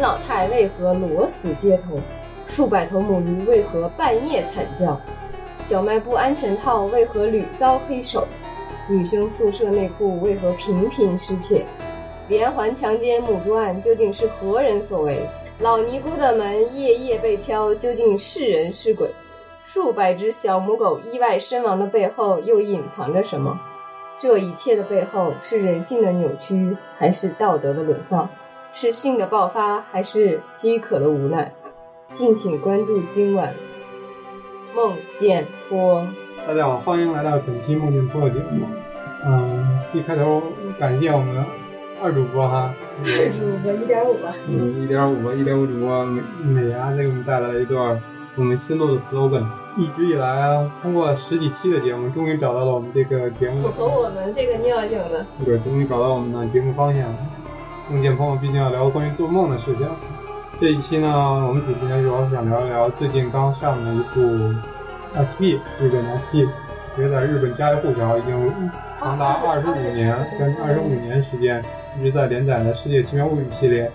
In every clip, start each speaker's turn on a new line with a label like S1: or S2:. S1: 老太为何裸死街头？数百头母驴为何半夜惨叫？小卖部安全套为何屡遭黑手？女生宿舍内裤为何频频失窃？连环强奸母猪案究竟是何人所为？老尼姑的门夜夜被敲，究竟是人是鬼？数百只小母狗意外身亡的背后，又隐藏着什么？这一切的背后，是人性的扭曲，还是道德的沦丧？是性的爆发，还是饥渴的无奈？敬请关注今晚梦见坡。
S2: 大家好，欢迎来到本期梦境播的节目。嗯，一开头感谢我们二主播哈，
S1: 二主播一点五吧。
S2: 嗯，一点五吧，一点五主播美美牙给我们带来了一段我们新录的 slogan。一直以来啊，通过十几期的节目，终于找到了我们这个节
S1: 符
S2: 目
S1: 合我们这个尿性的。
S2: 对，终于找到我们的节目方向了。梦见朋友毕竟要聊关于做梦的事情。这一期呢，我们主题呢主要是想聊一聊最近刚上的一部 SP 日本 SP，也在日本家喻户晓，已经长达二十五年跟二十五年时间一直在连载的《世界奇妙物语》系列。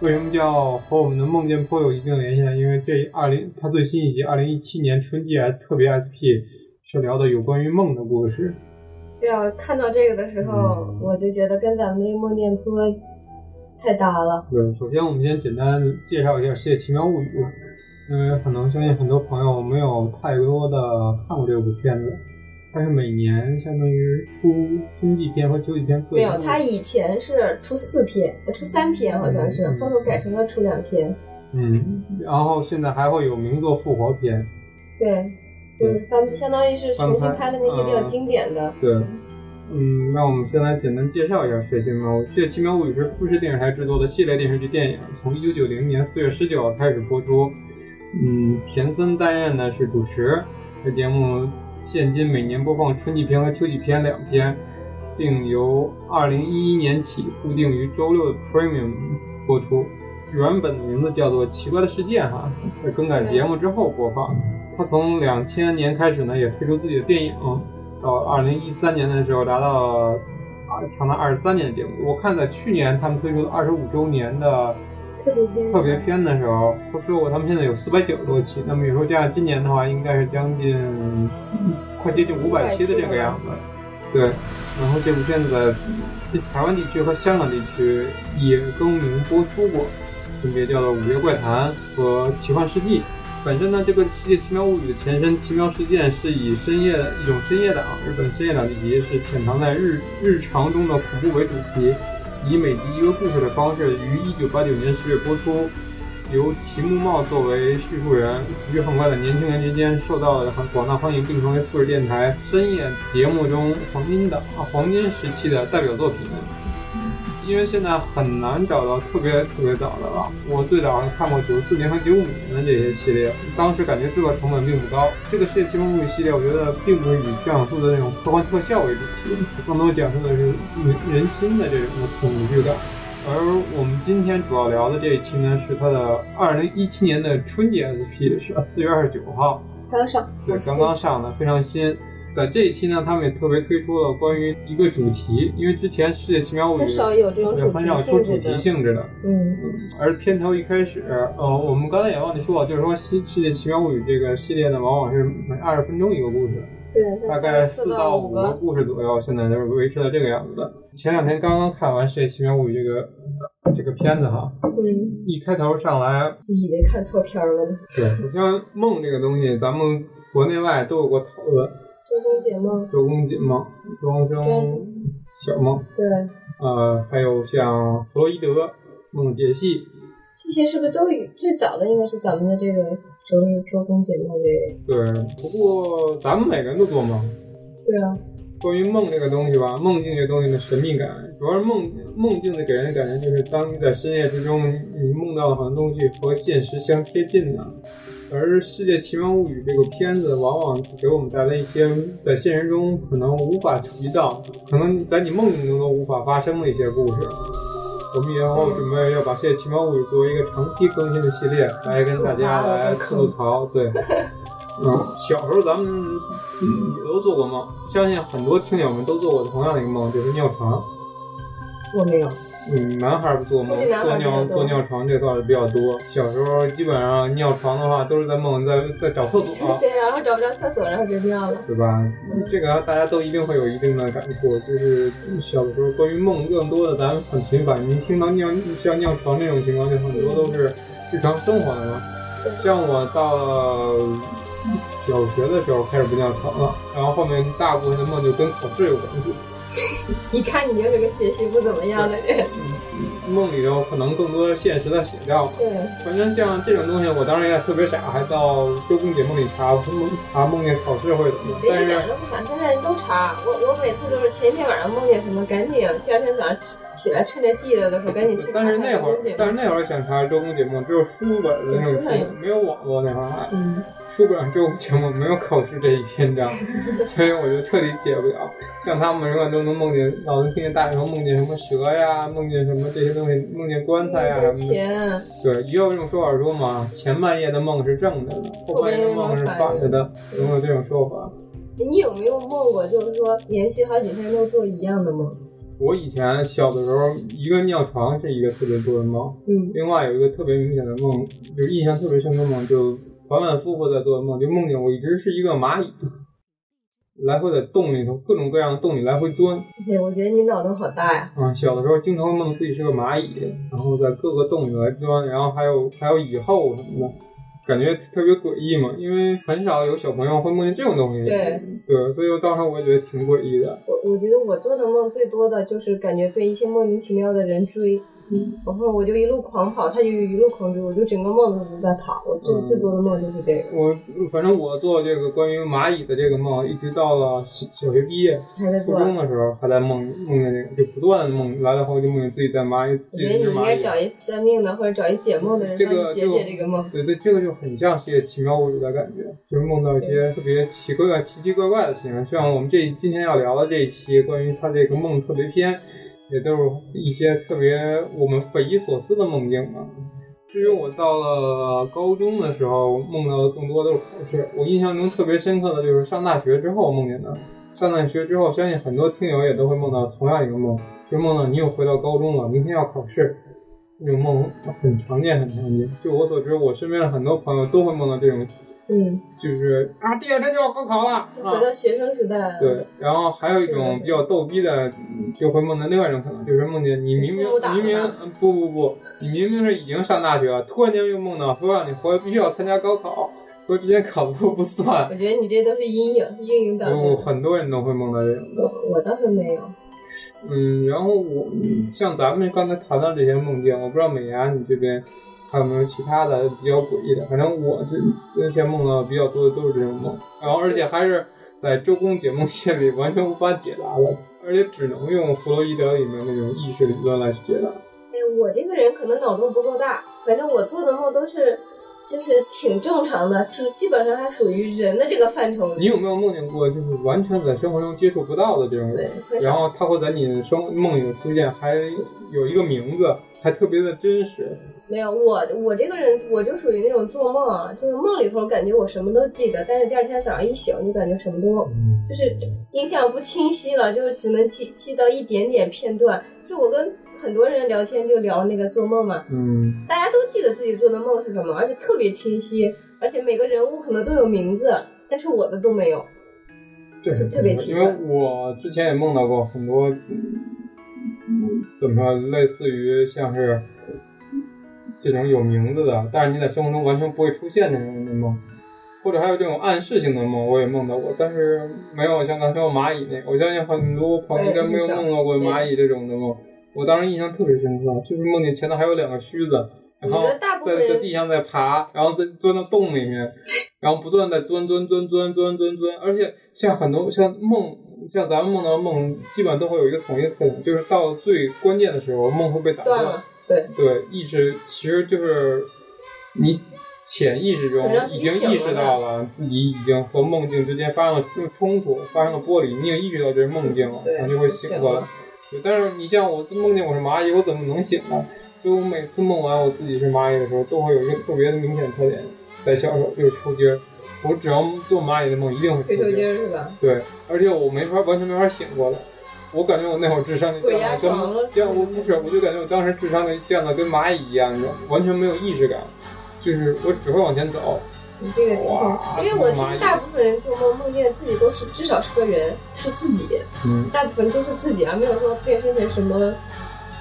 S2: 为什么叫和我们的《梦见颇有一定联系呢？因为这二零它最新一集二零一七年春季 S 特别 SP 是聊的有关于梦的故事。
S1: 对啊，看到这个的时候，
S2: 嗯
S1: 我就觉得跟咱们这个梦见坡太搭了。
S2: 对，首先我们先简单介绍一下《世界奇妙物语》，因为可能相信很多朋友没有太多的看过这部片子。它是每年相当于出春季片和秋季片各
S1: 没
S2: 一
S1: 有，
S2: 部
S1: 他以前是出四篇，呃出三篇好像是，
S2: 嗯
S1: 后头改成了出两篇。
S2: 嗯，然后现在还会有名作复活篇，
S1: 对，就是翻，相当于是重新
S2: 翻
S1: 拍
S2: 拍
S1: 了那些比较
S2: 嗯
S1: 经典的。
S2: 对，嗯，那我们先来简单介绍一下《血奇妙物语》。《血奇妙物语》是富士电视台制作的系列电视剧电影，从一九九零年四月十九开始播出。嗯，田森担任的是主持。这节目现今每年播放春季篇和秋季篇两篇，并由二零一一年起固定于周六的 Premium 播出。原本的名字叫做《奇怪的事件》哈，在更改节目之后播放。它从两千年开始呢，也推出自己的电影。到二零一三年的时候达到啊长达二十三年的节目。我看在去年他们推出的二十五周年的
S1: 特别经典
S2: 特别篇的时候，他说过他们现在有四百九十多期，那么有时候加上今年的话，应该是将近四快接近五百期的这个样子。对，然后这部片子在台湾地区和香港地区也更名播出过，分别叫做《午夜怪谈》和《奇幻世纪》。本身呢，这个《世界奇妙物语》的前身《奇妙事件》是以深夜一种深夜档，啊日本深夜档剧集是潜藏在日日常中的恐怖为主题，以每集一个故事的方式于一九八九年十月播出，由齐木茂作为叙述人。此剧很快在年轻人之间受到了很广大欢迎，并成为富士电台深夜节目中黄金的啊黄金时期的代表作品。因为现在很难找到特别特别早的了。我最早看过九四年和九五年的这些系列，当时感觉制作成本并不高。这个《世界奇妙物语》系列，我觉得并不是以讲述的那种科幻特效为主题，更多讲述的是人人心的这种恐惧感。而我们今天主要聊的这一期呢，是它的二零一七年的春节 SP，是四月二十九号。
S1: 刚上，
S2: 对，刚刚上的，非常新。在这一期呢，他们也特别推出了关于一个主题，因为之前《世界奇妙物语
S1: 很》少有这种
S2: 对
S1: 主
S2: 很
S1: 题
S2: 少出
S1: 性
S2: 主
S1: 质
S2: 题
S1: 的。
S2: 性质的，
S1: 嗯，
S2: 而片头一开始，呃，我们刚才也忘记说，就是说《世世界奇妙物语》这个系列呢，往往是每二十分钟一个故事，
S1: 对，
S2: 大概
S1: 四
S2: 四到
S1: 五
S2: 五个
S1: 个。
S2: 故事左右，现在就是维持到这个样子的。前两天刚刚看完《世界奇妙物语》这个这个片子哈，
S1: 嗯，
S2: 一开头上来
S1: 以为看错片儿了呢。
S2: 对，像梦这个东西，咱们国内外都有过讨论。
S1: 周公解梦，
S2: 周公解梦、周公生小梦，
S1: 对，
S2: 呃，还有像弗洛伊德、梦杰西，
S1: 这些是不是都与最早的应该是咱们的这个就是周公解梦这个？
S2: 对。不过咱们每个人都做梦。
S1: 对啊，
S2: 关于梦这个东西吧，梦境这东西的神秘感，主要是梦梦境的给人的感觉就是，当你在深夜之中，你梦到了很多东西和现实相贴近的。而《世界奇妙物语》这个片子，往往给我们带来一些在现实中可能无法触及到，可能在你梦境中都无法发生的一些故事。我们以后准备要把《世界奇妙物语》作为一个长期更新的系列，来跟大家来吐槽。 对，嗯，小时候咱们嗯也都做过梦，相信很多听友们都做过同样的一个梦，就是尿床。
S1: 我没有，
S2: 嗯，男孩儿不做梦
S1: 估计男，孩
S2: 做
S1: 儿比较
S2: 尿
S1: 多
S2: 做尿床这倒是比较多。小时候基本上尿床的话，都是在梦在在找厕所，
S1: 对，啊然后找不着厕所，然后就尿了。
S2: 对吧？这个大家都一定会有一定的感触，就是小的时候关于梦更多的，咱们很频繁。您听到尿像尿床这种情况，就很多都是日常生活的嘛。像我到了小学的时候开始不尿床了，然后后面大部分的梦就跟考试有关系。
S1: 一看你就是个学习不怎么样的人。
S2: 嗯梦里头可能更多是现实的写照。
S1: 对，
S2: 反正像这种东西，我当时也特别傻，还到周公解梦里查梦查梦见考试会怎么样。
S1: 别
S2: 但
S1: 一
S2: 是
S1: 点都不查，现在都查。我我每次都是前一天晚上梦见什么，赶紧啊第二天早上起起来，趁着记得的时候赶紧去查
S2: 但
S1: 查
S2: 是那会儿
S1: 东西，
S2: 但是那会儿想查周公解梦，只有书本的那种
S1: 书上有
S2: 书，没有网络那会儿还。
S1: 嗯，
S2: 书本上周公解梦没有考试这一篇 章，所以我就彻底解不了。像他们永远都能梦见，老能听见大人说梦见什么蛇呀，梦见什么这些东西，梦见棺材呀
S1: 那个
S2: 什么的。
S1: 钱，啊
S2: 对，也有这种说法说嘛，前半夜的梦是正着的，后半夜的梦是反着的，有没有这种说法？
S1: 你有没有梦过，就是说连续好几天都做一样的梦？
S2: 我以前小的时候，一个尿床是一个特别多的梦，
S1: 嗯，
S2: 另外有一个特别明显的梦，就是印象特别深的梦，就反反复复在做的梦，就梦见我一直是一个蚂蚁，来回在洞里头各种各样的洞里来回钻。
S1: 对，我觉得你脑洞好大呀。
S2: 啊，小的时候经常梦自己是个蚂蚁，然后在各个洞里来钻，然后还有还有蚁后什么的，感觉特别诡异嘛，因为很少有小朋友会梦见这种东西。
S1: 对
S2: 对，所以我当时我也觉得挺诡异的。
S1: 我我觉得我做的梦最多的就是感觉被一些莫名其妙的人追，
S2: 嗯
S1: 然后我就一路狂跑，他就一路狂追，我就整个梦都是在跑。我做
S2: 嗯
S1: 最多的梦就是这个，
S2: 我反正我做这个关于蚂蚁的这个梦，一直到了小小学毕业、
S1: 还在
S2: 初
S1: 做。
S2: 中的时候，还在梦梦见这个，就不断的梦来了后就梦见自己在蚂蚁，
S1: 我
S2: 自己
S1: 觉得你
S2: 是
S1: 应
S2: 蚂
S1: 该
S2: 蚁。
S1: 找一算命的或者找一解梦的人
S2: 这
S1: 帮
S2: 个嗯
S1: 你解解这个梦。
S2: 对对，这个就很像《些奇妙物语》的感觉，就是梦到一些特别奇怪、奇奇怪怪的事情。像我们这一今天要聊的这一期关于他这个梦特别篇，也都是一些特别我们匪夷所思的梦境嘛。至于我到了高中的时候，梦到的更多都是考试。我印象中特别深刻的就是上大学之后梦见的。上大学之后，相信很多听友也都会梦到同样一个梦，就是梦到你又回到高中了，明天要考试。这种梦很常见，很常见。就我所知，我身边的很多朋友都会梦到这种，
S1: 嗯，
S2: 就是啊，第二天就要高考了
S1: 就
S2: 啊
S1: 回。到学生时代了。
S2: 对，然后还有一
S1: 是的
S2: 种比较逗逼的，就会梦到另外一种可能，就是梦见你明
S1: 你
S2: 明
S1: 父母打
S2: 明明
S1: 了吧
S2: 嗯不不不，你明明是已经上大学了，突然间又梦到说让你回来必须要参加高考，说之前考不不算。
S1: 我觉得你这都是阴影，阴影导致
S2: 我
S1: 的。
S2: 很多人都会梦到这种。
S1: 我我倒是没有，
S2: 嗯，然后我嗯像咱们刚才谈到这些梦境，我不知道美伢你这边还有没有其他的比较诡异的？反正我这之前梦到比较多的都是这种梦，然后而且还是在周公解梦系里完全无法解答的，而且只能用弗洛伊德里面那种意识理论来去解答。
S1: 哎，我这个人可能脑洞不够大，反正我做的梦都是，就是挺正常的，就是基本上还属于人的这个范畴。
S2: 你有没有梦见过就是完全在生活中接触不到的这种
S1: 对
S2: 人？，
S1: 很
S2: 然
S1: 少。
S2: 后他会在你生梦里出现，还有一个名字，还特别的真实。
S1: 没有我，我这个人我就属于那种做梦啊，就是梦里头感觉我什么都记得，但是第二天早上一醒就感觉什么都忘
S2: 嗯，
S1: 就是印象不清晰了，就只能记记到一点点片段。就是我跟很多人聊天就聊那个做梦嘛，
S2: 嗯
S1: 大家都记得自己做的梦是什么，而且特别清晰，而且每个人物可能都有名字，但是我的都没有。
S2: 对
S1: 就特别奇
S2: 因
S1: 怪
S2: 为我之前也梦到过很多，嗯怎么说，类似于像是这种有名字的，但是你在生活中完全不会出现的那种梦，或者还有这种暗示性的梦，我也梦到过，但是没有像刚才我蚂蚁那，我相信很多朋友应该没有梦到过蚂蚁这种的梦。我当时印象特别深刻，就是梦见前头还有两个须子，然后
S1: 我觉得大部分
S2: 在在
S1: 人
S2: 地上在爬，然后在钻到洞里面，然后不断在钻钻钻钻钻钻钻，而且像很多像梦，像咱们梦到的梦，基本上都会有一个统一的特点，就是到最关键的时候，梦会被打
S1: 断
S2: 断
S1: 了。对，
S2: 对，意识其实就是你潜意识中
S1: 可能自
S2: 已
S1: 己
S2: 经
S1: 醒
S2: 意识
S1: 了
S2: 到了自己已经和梦境之间发生了冲突，发生了剥离，你也意识到这是梦境了，
S1: 对
S2: 然后就会醒
S1: 醒
S2: 过
S1: 了
S2: 来。对但是你像我梦见我是蚂蚁，我怎么能醒呢？所以我每次梦完我自己是蚂蚁的时候，都会有一个特别明显的特点，在小时候就是抽筋儿。我只要做蚂蚁的梦，一定会
S1: 腿
S2: 抽
S1: 抽
S2: 筋
S1: 筋
S2: 儿。
S1: 儿是吧？
S2: 对，而且我没法完全没法醒过来。我感觉我那会儿智商就
S1: 鬼
S2: 降
S1: 压
S2: 到跟
S1: 床了
S2: 降我不是，我就感觉我当时智商就降到跟蚂蚁一样，你知道吗？完全没有意识感，就是我只会往前走。
S1: 你这个挺好
S2: 哇，
S1: 因为我
S2: 这么蚂
S1: 听
S2: 蚁
S1: 大部分人做梦梦见自己都是至少是个人，是自己，
S2: 嗯，
S1: 大部分都是自己，而没有说变身成什么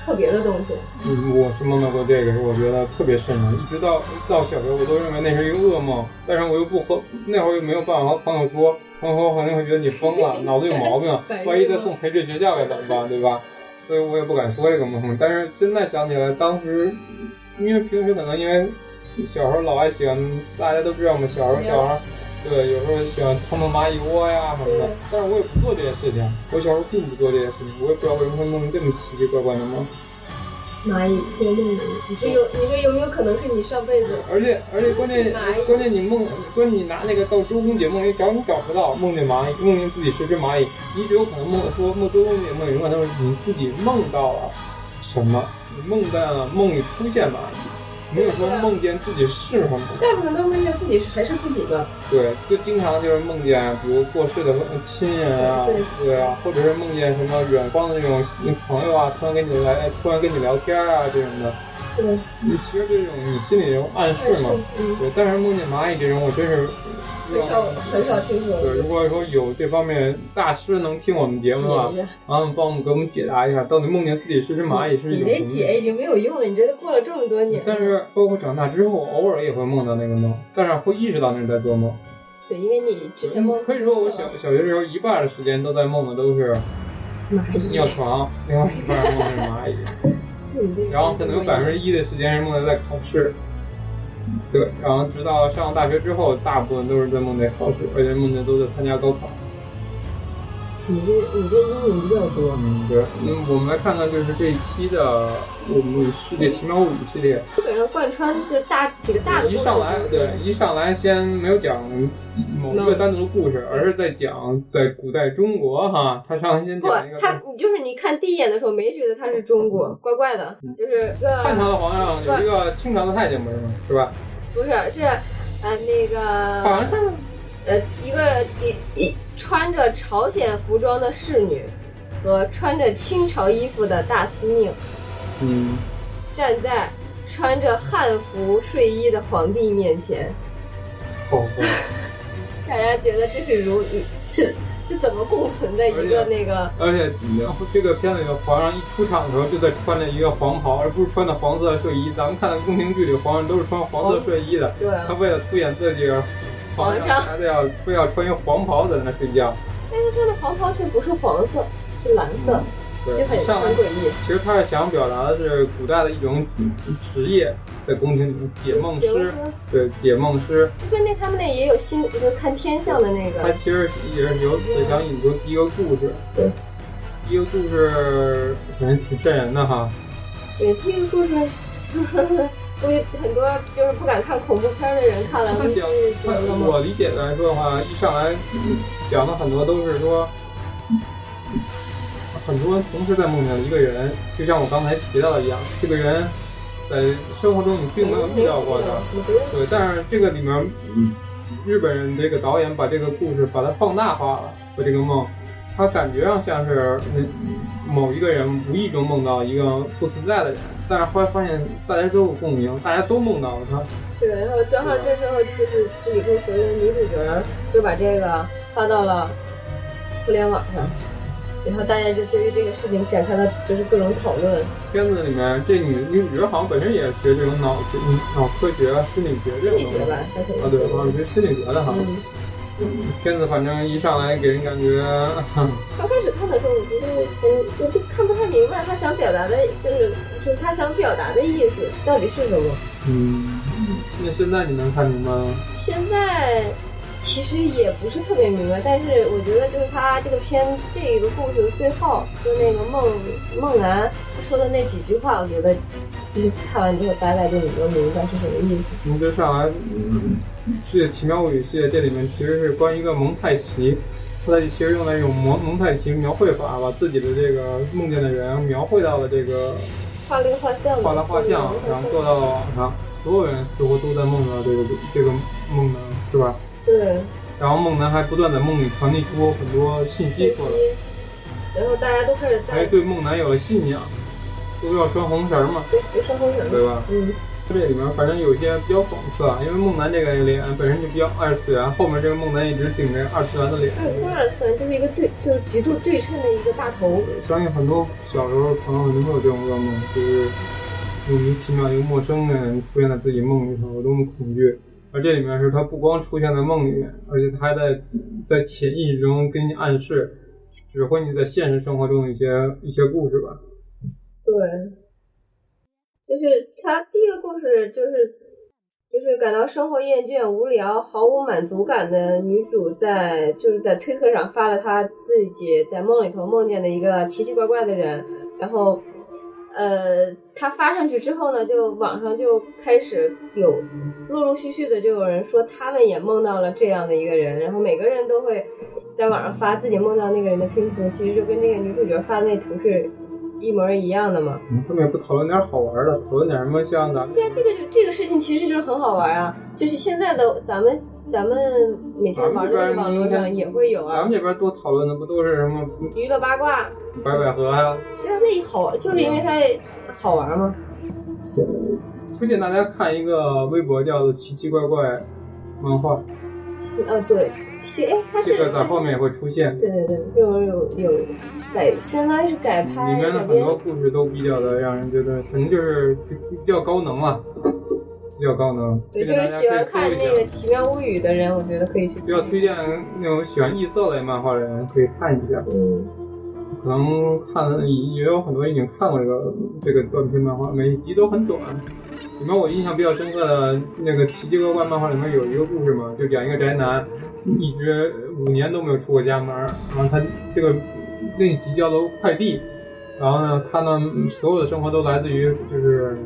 S1: 特别的东西。
S2: 嗯我是梦到过这个，我觉得特别瘆人，一直到到小学我都认为那是一个噩梦，但是我又不和那会儿又没有办法和朋友说，朋友说肯定会觉得你疯 了，脑子有毛病
S1: 白日，梦
S2: 万一再送培训学校该怎么办，对吧？所以我也不敢说这个梦，但是现在想起来，当时因为平时可能因为小时候老爱喜欢，大家都知道嘛，小时候小孩儿，对，有时候喜欢偷偷蚂蚁窝呀什么的
S1: 对，
S2: 但是我也不做这些事情，我小时候并不做这些事情，我也不知道为什么会梦见这么奇奇怪怪的梦。
S1: 蚂蚁托梦里，你说有，你说有没有可能是你上辈子？
S2: 而且而且关键
S1: 是蚂蚁
S2: 关键你梦，关键你拿那个到周公解梦里找你找不到，梦见蚂蚁，梦见自己是只蚂蚁，你只有可能梦说梦周公解梦里，有可能是你自己梦到了什么，你梦到了梦里出现蚂蚁，没有说梦见自己是什么。
S1: 大部分都是梦见自己是还是自己吧。
S2: 对，就经常就是梦见，比如过世的亲人啊，对啊，或者是梦见什么远方的那种朋友啊，突然跟你来，突然跟你聊天啊这种的，
S1: 对，
S2: 你其实这种你心里有暗示
S1: 但是
S2: 嘛。
S1: 嗯，
S2: 对，但是梦见蚂蚁这种，我真是
S1: 很少很少听说。
S2: 对，如果说有这方面大师能听我们节目啊，
S1: 解呀
S2: 麻烦帮我们给我们解答一下，到底梦见自己是只蚂蚁是一
S1: 你
S2: 种
S1: 这
S2: 什么？
S1: 解已经没有用了，你这都过了这么多年。
S2: 但是包括长大之后，偶尔也会梦到那个梦，但是会意识到那是在做梦。
S1: 对，因为你之前梦
S2: 可以说我小小学的时候，一半的时间都在梦的都是
S1: 蚂蚁，
S2: 尿床，另外一半梦是蚂蚁，
S1: 你这个
S2: 然后可能有百分之一的时间是梦见在考试。对，然后直到上大学之后，大部分都是在梦见考试，而且梦见都在参加高考。
S1: 你这你这阴影比较多。
S2: 嗯，对，那么我们来看看，就是这一期的我们世界奇妙物语系列，
S1: 基本上贯穿这大几个大的
S2: 一上来
S1: 故事
S2: 对一上来先没有讲某一个单独的故事，而是在讲在古代中国哈，他上来先
S1: 不
S2: 讲一个，
S1: 他你就是你看第一眼的时候没觉得他是中国，怪怪的，就是呃一
S2: 汉
S1: 个
S2: 朝的皇上有一个清朝的太监不是吗？是吧？
S1: 不是是呃那
S2: 好
S1: 个
S2: 像是
S1: 呃一个一一穿着朝鲜服装的侍女和穿着清朝衣服的大司命
S2: 嗯，
S1: 站在穿着汉服睡衣的皇帝面前，
S2: 好吧，
S1: 大家觉得这是如这这怎么共存在一个
S2: 而且
S1: 那个？
S2: 而且这个片子里的皇上一出场的时候就在穿着一个黄袍，而不是穿的黄色的睡衣。咱们看的宫廷剧里，皇上都是穿黄色睡衣的。
S1: 对啊
S2: 他，为了凸显自己
S1: 皇上
S2: 他得要非要穿一个黄袍在那睡觉。
S1: 但是穿的黄袍却不是黄色，是蓝色，
S2: 对
S1: 就，很
S2: 嗯上来
S1: 很诡异。
S2: 其实他是想表达的是古代的一种职业，在宫廷里面解梦师，对，解梦师，
S1: 就跟那他们那也有星，就是看天象的那
S2: 他
S1: 个，
S2: 其实也是由此想引出第一个故事。
S1: 对，
S2: 第一个故事感觉挺瘆人的哈。
S1: 对这个故事， 估计很多就是不敢看恐怖片的人看了
S2: 他
S1: 会
S2: 讲
S1: 去做
S2: 他
S1: 噩梦。
S2: 我理解来说的话，一上来讲的很多都是说，很多人同时在梦见一个人，就像我刚才提到的一样，这个人在生呃活中你并没有遇到过的，
S1: 你不用
S2: 对，但是这个里面，日本人这个导演把这个故事把它放大化了，把这个梦，他感觉上像是嗯某一个人无意中梦到一个不存在的人，但是后来发现大家都有共鸣，大家都梦到了他。
S1: 对，然后正好这时候就是这一部所谓的女主角就把这个发到了互联网上，然后大家就对于这个事情展开了就是各种讨论。
S2: 片子里面这女女主角好像本身也是学这种脑脑科学、心理学这
S1: 心
S2: 种
S1: 理学吧，还可
S2: 啊，
S1: 能
S2: 对，好像学心理学的哈。
S1: 嗯，
S2: 片子反正一上来给人感觉，
S1: 刚开始看的时候，我觉得我我都看不太明白他想表达的，就是就是他想表达的意思是到底是什么。
S2: 嗯，那现在你能看明白吗？
S1: 现在其实也不是特别明白，但是我觉得就是他这个片这一个故事的最后，就那个孟孟兰说的那几句话，我觉得其实看完之后大概就能明白是什么意思。
S2: 我们这上来是嗯《奇妙物语》系列，这里面其实是关于一个蒙太奇，它在其实用了一种蒙蒙太奇描绘法，把自己的这个梦见的人描绘到了这个
S1: 画了个画像嘛，
S2: 画了画像，然后做到了网上，所有人似乎都在梦到这个这个梦呢，是吧？
S1: 对
S2: 然后梦男还不断在梦里传递出很多信息
S1: 信息
S2: 过来，，
S1: 然后大家都开始戴，
S2: 还对梦男有了信仰，都要拴红绳儿嘛，
S1: 对，别双红绳
S2: 对吧？
S1: 嗯，
S2: 这里面反正有一些比较讽刺啊，因为梦男这个脸本身就比较二次元，后面这个梦男一直顶着二次元的脸，
S1: 二分二次元就是一个对，就是极度对称的一个大头，
S2: 对相信很多小时候朋友肯定会有这种噩梦，就是莫名其妙一个陌生的人出现在自己梦里头，有多么恐惧。而这里面是他不光出现在梦里面，而且他还在在潜意识中给你暗示，指挥你在现实生活中的一些一些故事吧。
S1: 对，就是他第一个故事就是，就是感到生活厌倦、无聊、毫无满足感的女主在就是在推特上发了她自己在梦里头梦见的一个奇奇怪怪的人，然后，呃，她发上去之后呢，就网上就开始有陆陆续续的就有人说他们也梦到了这样的一个人，然后每个人都会在网上发自己梦到那个人的拼图，其实就跟这个女主角发的那图是一模一样的嘛。
S2: 他嗯们也不讨论点好玩的，讨论点什么像咱们
S1: 对啊，这个就这个事情其实就是很好玩啊，就是现在的咱们咱们每天玩的网络上也会有
S2: 咱
S1: 啊
S2: 们，这边多讨论的不都是什么
S1: 娱乐八卦，
S2: 白百合啊？
S1: 对啊，那一好玩，就是因为它好玩嘛。
S2: 推荐大家看一个微博叫做“奇奇怪怪”漫画，
S1: 是呃，对，其哎它是
S2: 这个在后面也会出现。
S1: 对对对，就是有有改，相当于是改
S2: 里
S1: 拍
S2: 面的
S1: 改
S2: 很
S1: 编
S2: 多故事都比较的让人觉得，反正就是比较高能了，比较高能。
S1: 对，就
S2: 推荐大
S1: 是
S2: 家
S1: 喜
S2: 可以
S1: 欢
S2: 搜
S1: 看
S2: 一
S1: 那个《
S2: 下。
S1: 奇妙物语》的人，我觉得可以去。
S2: 比较推荐那种喜欢异色类漫画的人可以看一下，
S1: 嗯，
S2: 可能看了也有很多已经看过这个这个短篇漫画，每一集都很短。里面我印象比较深刻的那个奇奇怪怪漫画里面有一个故事嘛，就讲一个宅男一直五年都没有出过家门儿，然后他这个那一集叫做快递，然后呢，他呢所有的生活都来自于就是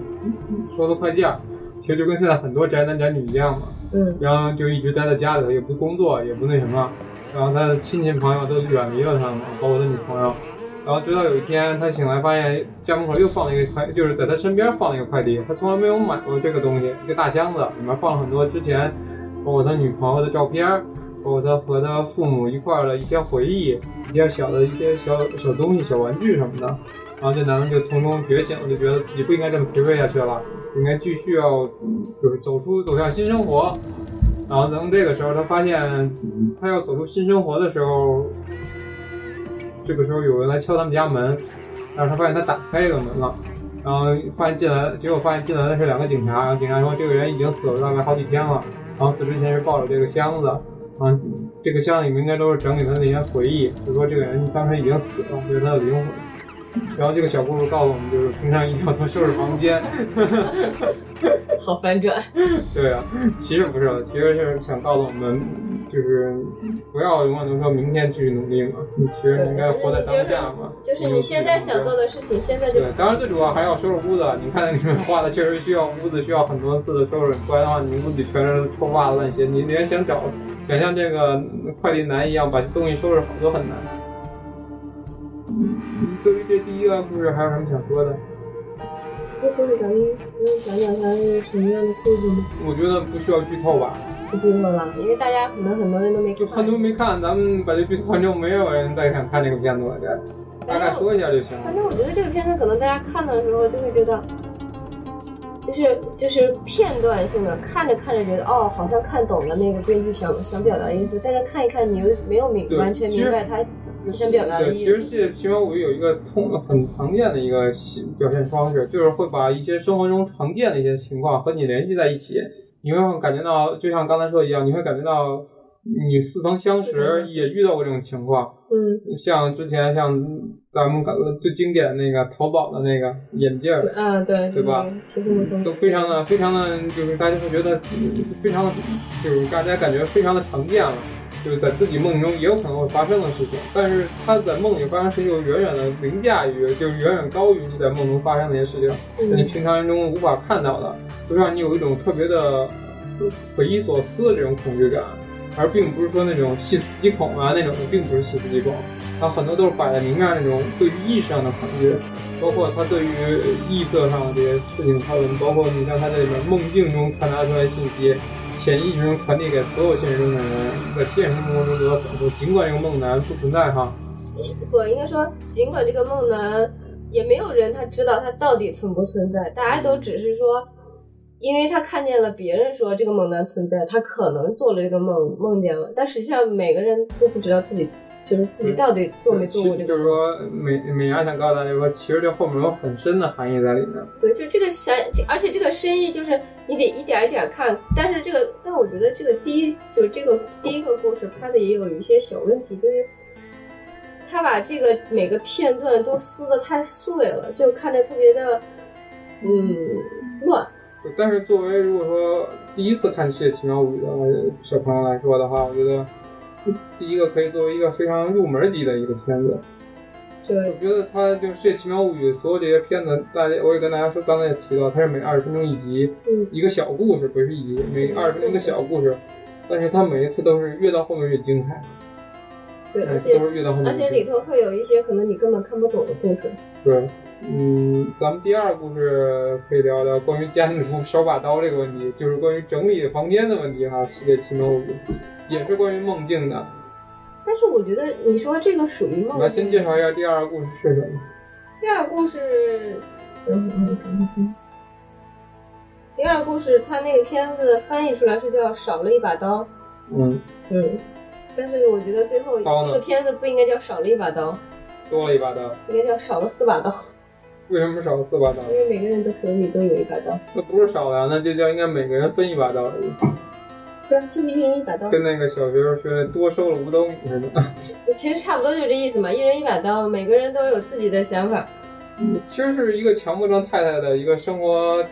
S2: 收的快递儿，其实就跟现在很多宅男宅女一样嘛，
S1: 嗯，
S2: 然后就一直待在家里头，也不工作，也不那什么，然后他的亲戚朋友都远离了他嘛，包括他女朋友。然后直到有一天，他醒来发现家门口又放了一个快，就是在他身边放了一个快递，他从来没有买过这个东西，一个大箱子，里面放了很多之前包括他女朋友的照片，包括他和他父母一块儿的一些回忆，一些小的一些小小东西、小玩具什么的。然后这男的就从中觉醒，就觉得自己不应该这么颓废下去了，应该继续要就是走出走向新生活。然后从这个时候，他发现他要走出新生活的时候，这个时候有人来敲他们家门，然后他发现他打开这个门了，然后发现进来，结果发现进来的是两个警察，然后警察说这个人已经死了大概好几天了，然后死之前是抱着这个箱子，然后这个箱子里面应该都是整理他的一些回忆，就说这个人当时已经死了，就是他的灵魂。然后这个小故事告诉我们，就是平常一定要多收拾房间。
S1: 好反转。
S2: 对啊，其实不是的，其实是想告诉我们，就是不要永远都说明天继续努力嘛，你其实应该活在当下嘛。
S1: 就是你现在想做
S2: 的。
S1: 的事情，现在就
S2: 对，当然最主要还是要收拾屋子。你看里面画的确实需要屋子需要很多次的收拾，不然的话你屋子里全是臭袜子烂鞋，你连想找想像这个快递男一样把东西收拾好都很难。
S1: 嗯
S2: 对于这第一个故事还有什么想说的？
S1: 这故事咱们不用讲讲它是什么样的故事吗？
S2: 我觉得不需要剧透吧。
S1: 不剧透了，因为大家可能很多人都没
S2: 就
S1: 看。
S2: 很多没看，咱们把这剧透完之后，没有人再想看这个片子了，这大概说一下就行
S1: 反
S2: 了。
S1: 正我觉得这个片子可能大家看的时候就会觉得，就是就是片段性的，看着看着觉得哦，好像看懂了那个编剧想想表达的意思，但是看一看你又没有明
S2: 对
S1: 完全
S2: 其实
S1: 明白他想表达的
S2: 对，
S1: 意
S2: 其
S1: 思
S2: 实。这《奇妙物语》有一个通很常见的一个戏表现方式，就是会把一些生活中常见的一些情况和你联系在一起，你会感觉到，就像刚才说的一样，你会感觉到你似曾相
S1: 似曾
S2: 识
S1: 相，识
S2: 也遇到过这种情况。
S1: 嗯，
S2: 像之前像咱们感最经典的那个淘宝的那个眼镜儿，
S1: 啊，对，嗯
S2: 对吧？
S1: 其实我从
S2: 嗯都非常的非常的，就是大家会觉得嗯非常的，就是大家感觉非常的常见了，就是在自己梦中也有可能会发生的事情，但是它在梦里发生的事情又远远的凌驾于，就是远远高于你在梦中发生的那些事情，是你
S1: 嗯，
S2: 平常人中无法看到的，会让你有一种特别的匪夷所思的这种恐惧感，而并不是说那种细思极恐啊那种，并不是细思极恐，它很多都是摆在明面那种对于意识上的恐惧，包括他对于意色上的这些事情讨论，包括你看他这里面梦境中传达出来的信息，潜意识中传递给所有现实中的人，在现实生活中得到反馈。尽管这个梦男不存在哈，
S1: 不应该说，尽管这个梦男也没有人他知道他到底存不存在，大家都只是说，因为他看见了别人说这个猛男存在，他可能做了这个梦，梦见了，但实际上每个人都不知道自己就是自己到底做没做过这
S2: 就
S1: 个
S2: 是
S1: 梦。
S2: 说美美伢想告诉大家说，其实这后面有很深的含义在里面。
S1: 对，就这个深，这而且这个深意就是你得一点一点看，但是这个，但我觉得这个第一就这个第一个故事拍的也有一些小问题，就是他把这个每个片段都撕的太碎了，就看着特别的嗯乱。
S2: 但是作为如果说第一次看《世界奇妙物语》的小朋友来说的话，我觉得第一个可以作为一个非常入门级的一个片子。
S1: 对
S2: 我觉得它就是《世界奇妙物语》所有这些片子，大家我也跟大家说，刚才也提到，它是每二十分钟一集，
S1: 嗯
S2: 一个小故事，不是一集，每二十分钟一个小故事。但是它每一次都是越到后面越精彩，
S1: 对，而且
S2: 都是越到后面越精彩。
S1: 而且里头会有一些可能你根本看不懂的故事。
S2: 对，嗯，咱们第二个故事可以聊聊关于家庭主妇手把刀这个问题，就是关于整理房间的问题哈、世界奇妙物语》也是关于梦境的。
S1: 但是我觉得你说这个属于梦
S2: 来，
S1: 境
S2: 先介绍一下第二个故事是什么？
S1: 第二个故事，嗯嗯嗯嗯，第二个故事，它那个片子翻译出来是叫《少了一把刀》，
S2: 嗯，
S1: 嗯，但是我觉得最后
S2: 刀呢
S1: 这个片子不应该叫《少了一把刀》，
S2: 多了一把刀，
S1: 应该叫《少了四把刀》，
S2: 为什么少了四把刀？
S1: 因为每个人的手里都有一把刀，
S2: 那不是少了呀，那就叫应该每个人分一把刀而已，
S1: 对，就是一人一把刀，
S2: 跟那个小学时候学的多收了五斗米似的。
S1: 其实差不多就这意思嘛，一人一把刀，每个人都有自己的想法，
S2: 其实是一个强迫症太太的一个生活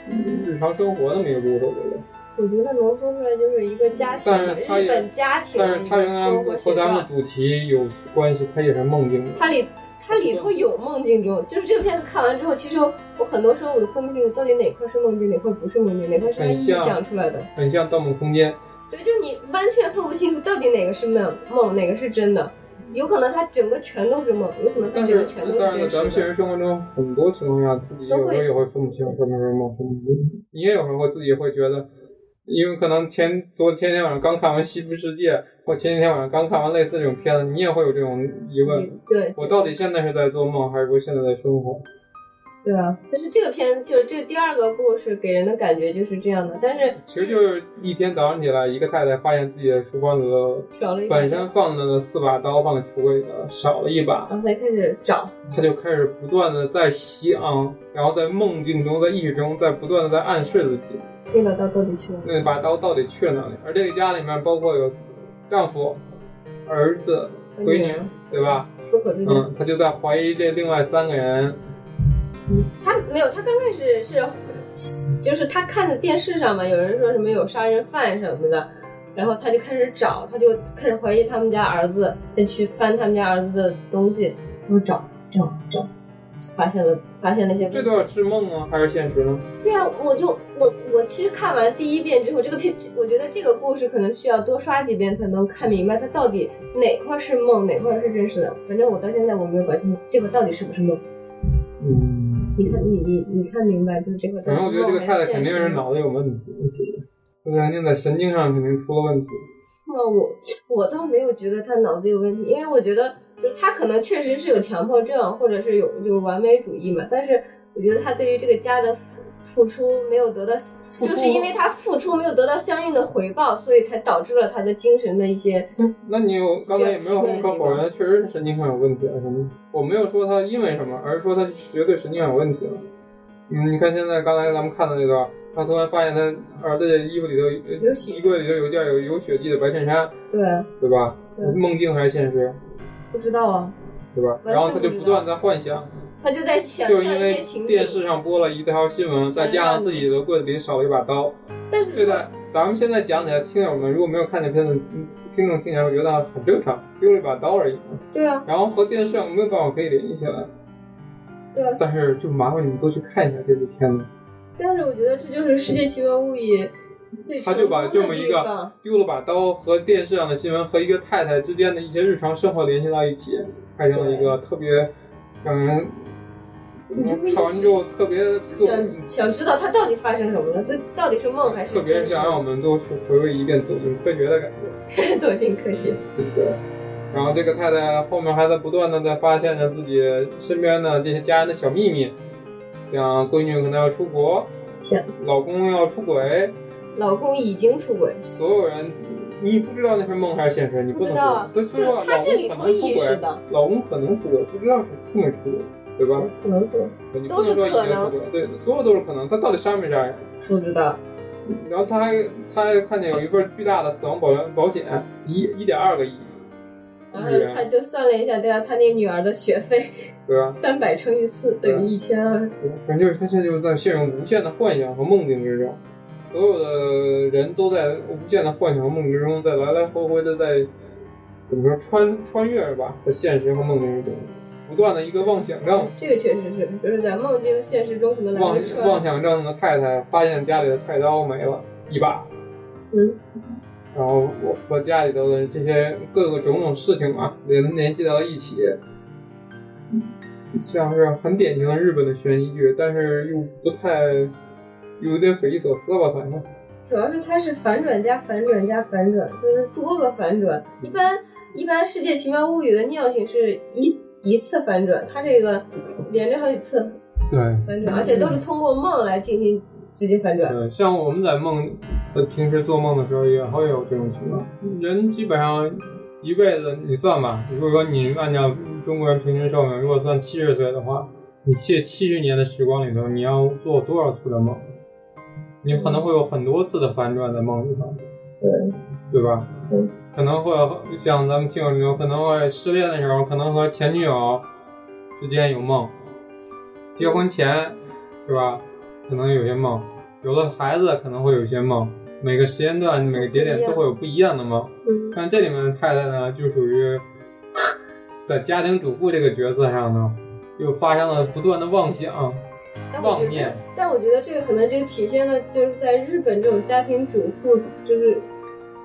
S2: 日常生活那么一个故事，我觉得。
S1: 我觉得浓缩出来就是一个家庭
S2: 但
S1: 的
S2: 是它也
S1: 日本家庭
S2: 但
S1: 的
S2: 是
S1: 一
S2: 它
S1: 个
S2: 仍
S1: 生
S2: 然
S1: 活
S2: 和
S1: 写
S2: 咱
S1: 照
S2: 们。主题有关系，它也是梦境的。
S1: 它里它里头有梦境中，就是这个片子看完之后，其实我很多时候我都分不清楚到底哪块是梦境，哪块不是梦境，哪块是他
S2: 很
S1: 臆
S2: 像
S1: 想出来的。
S2: 很像《盗梦空间》，
S1: 对，就是你完全分不清楚到底哪个是梦，梦哪个是真的。有可能它整个全都是梦，有可能它
S2: 但
S1: 整个
S2: 是
S1: 全都
S2: 但是
S1: 是
S2: 咱
S1: 真
S2: 们
S1: 实
S2: 现
S1: 的。
S2: 实生活中很多情况下，自己有时候也会分不清什么是梦，什么不是梦你也有时候会自己会觉得，因为可能前昨天天晚上刚看完《西部世界》，或前几天晚上刚看完类似这种片子，你也会有这种疑问：
S1: 你对
S2: 我到底现在是在做梦，还是说现在在生活？
S1: 对啊，就是这个片，就是这个第二个故事给人的感觉就是这样的，但是
S2: 其实就是一天早上起来，一个太太发现自己的书房里的
S1: 少了一把
S2: 本身放着的四把刀放在橱柜里了，少了一把。
S1: 然后才开始找，
S2: 他就开始不断的在想，然后在梦境中，在意识中，在不断的在暗示自己，
S1: 那把刀到底去了？
S2: 那把刀到底去了哪里？而这个家里面包括有丈夫、儿子、闺
S1: 闺
S2: 女
S1: 女，
S2: 对吧？
S1: 思考啊之间，
S2: 嗯，他就在怀疑这另外三个人，
S1: 他没有，他刚开始是，就是他看的电视上嘛，有人说什么有杀人犯什么的，然后他就开始找，他就开始怀疑他们家儿子，就去翻他们家儿子的东西，然后找找找，发现了发现了一些问
S2: 这
S1: 题。
S2: 段是梦啊，还是现实呢？
S1: 对啊，我就我我其实看完第一遍之后，这个片我觉得这个故事可能需要多刷几遍才能看明白它到底哪块是梦，哪块是真实的。反正我到现在我没有搞清楚这个到底是不是梦。
S2: 嗯，
S1: 你看，你你你看明白就是这个。
S2: 反正我觉得这个太太肯定
S1: 是
S2: 是脑子有问题，我觉得她肯定在神经上肯定出了问题。
S1: 那我我倒没有觉得他脑子有问题，因为我觉得就是他可能确实是有强迫症，或者是有就是完美主义嘛。但是我觉得他对于这个家的付付出没有得到，
S2: 付出
S1: 就是因为他付出没有得到相应的回报，所以才导致了他的精神的一些。
S2: 那你有 刚才也没有无可否认，确实是神经上有问题啊什么？我没有说他因为什么，而是说他绝对神经上有问题了。嗯，你看现在刚才咱们看的那段，他突然发现他儿子的衣服里头
S1: 有血
S2: 衣柜里头有一件有有血迹的白衬衫，
S1: 对，
S2: 对吧？
S1: 对
S2: 梦境还是现实，
S1: 不知道啊，
S2: 对吧？
S1: 嗯完全
S2: 然后他就
S1: 不知道
S2: 不断在幻想，
S1: 他就在想
S2: 就
S1: 象
S2: 是因
S1: 一些
S2: 为
S1: 情景
S2: 电。视上播了一条新闻，再加上自己的柜子里少了一把刀，
S1: 但是
S2: 这在咱们现在讲起来，听友们如果没有看见片子，嗯听众听起来会觉得很正常，丢了一把刀而已。
S1: 对啊，
S2: 然后和电视上没有办法可以联系起来，
S1: 对啊，
S2: 但是就麻烦你们多去看一下这部片子。
S1: 但是我觉得这就是《世界奇妙物语》最
S2: 他就把
S1: 成功
S2: 这
S1: 的
S2: 么一
S1: 地
S2: 个
S1: 方
S2: 丢了把刀和电视上的新闻和一个太太之间的一些日常生活联系到一起，拍成了一个特别让人
S1: 你就会
S2: 看完之后特别特
S1: 想想知道它到底发生什么了，这到底是梦还是
S2: 特别 啊
S1: 真实？
S2: 想让我们都去回味一遍走进科学的感觉。
S1: 走进科学。
S2: 对不对？然后这个太太后面还在不断的在发现着自己身边的这些家人的小秘密，像闺女可能要出国，
S1: 想
S2: 老公要出轨，
S1: 老公已经出轨，
S2: 所有人你不知道那是梦还是现实，你
S1: 不
S2: 不
S1: 知
S2: 能
S1: 道
S2: 说，对，
S1: 就
S2: 所以
S1: 是
S2: 说
S1: 他
S2: 老
S1: 这里
S2: 公可
S1: 头
S2: 能出
S1: 意识
S2: 轨，
S1: 的，
S2: 老公可能出轨，不知道是出没出轨，对吧？
S1: 可能会
S2: 你不
S1: 都是
S2: 能说一定
S1: 可能
S2: 出轨，对，所有都是可能，他到底杀没杀人？
S1: 不知道，
S2: 然后他还他还看见有一份巨大的死亡保保险，一一点二个亿
S1: 然
S2: 日
S1: 后他
S2: 元，
S1: 就算了一下，对啊，他那女儿的学费
S2: 对吧？
S1: 三百乘以四
S2: 啊
S1: 等于一千二，
S2: 反正就是他现在就是在陷入无限的幻想和梦境之中，所有的人都在无限的幻想和梦境之中，在来来回回的在怎么说穿穿越吧，在现实和梦境之中，不断的一个妄想症，
S1: 这个确实是，就是在梦境现实中可能来
S2: 嗯妄
S1: 回穿，
S2: 妄想症的太太发现家里的菜刀没了一把，
S1: 嗯，
S2: 然后我和家里头的这些各个种种事情啊，联联系到了一起，
S1: 嗯
S2: 像是很典型的日本的悬疑剧，但是又不太，有点匪夷所思吧，反正。
S1: 主要是它是反转加反转加反转，就是多个反转。一般一般《世界奇妙物语》的尿性是一一次反转，它这个连着好几次
S2: 对，
S1: 反嗯转，而且都是通过梦来进行直接反转。
S2: 对，像我们在梦，呃，平时做梦的时候也会有这种情况。人基本上一辈子，你算吧，如果说你按照中国人平均寿命，如果算七十岁的话，你这七十年的时光里头，你要做多少次的梦？你可能会有很多次的反转在梦里头，
S1: 对，
S2: 对吧？
S1: 嗯
S2: 可能会像咱们听友里头，可能会失恋的时候，可能和前女友之间有梦；结婚前，是吧？可能有些梦，有了孩子可能会有些梦。每个时间段、每个节点都会有不一样的梦。
S1: 嗯，
S2: 但这里面的太太呢，就属于在家庭主妇这个角色上呢，又发生了不断的妄想。
S1: 但我
S2: 妄
S1: 觉得
S2: 念，
S1: 但我觉得这个可能就体现了就是在日本这种家庭主妇就是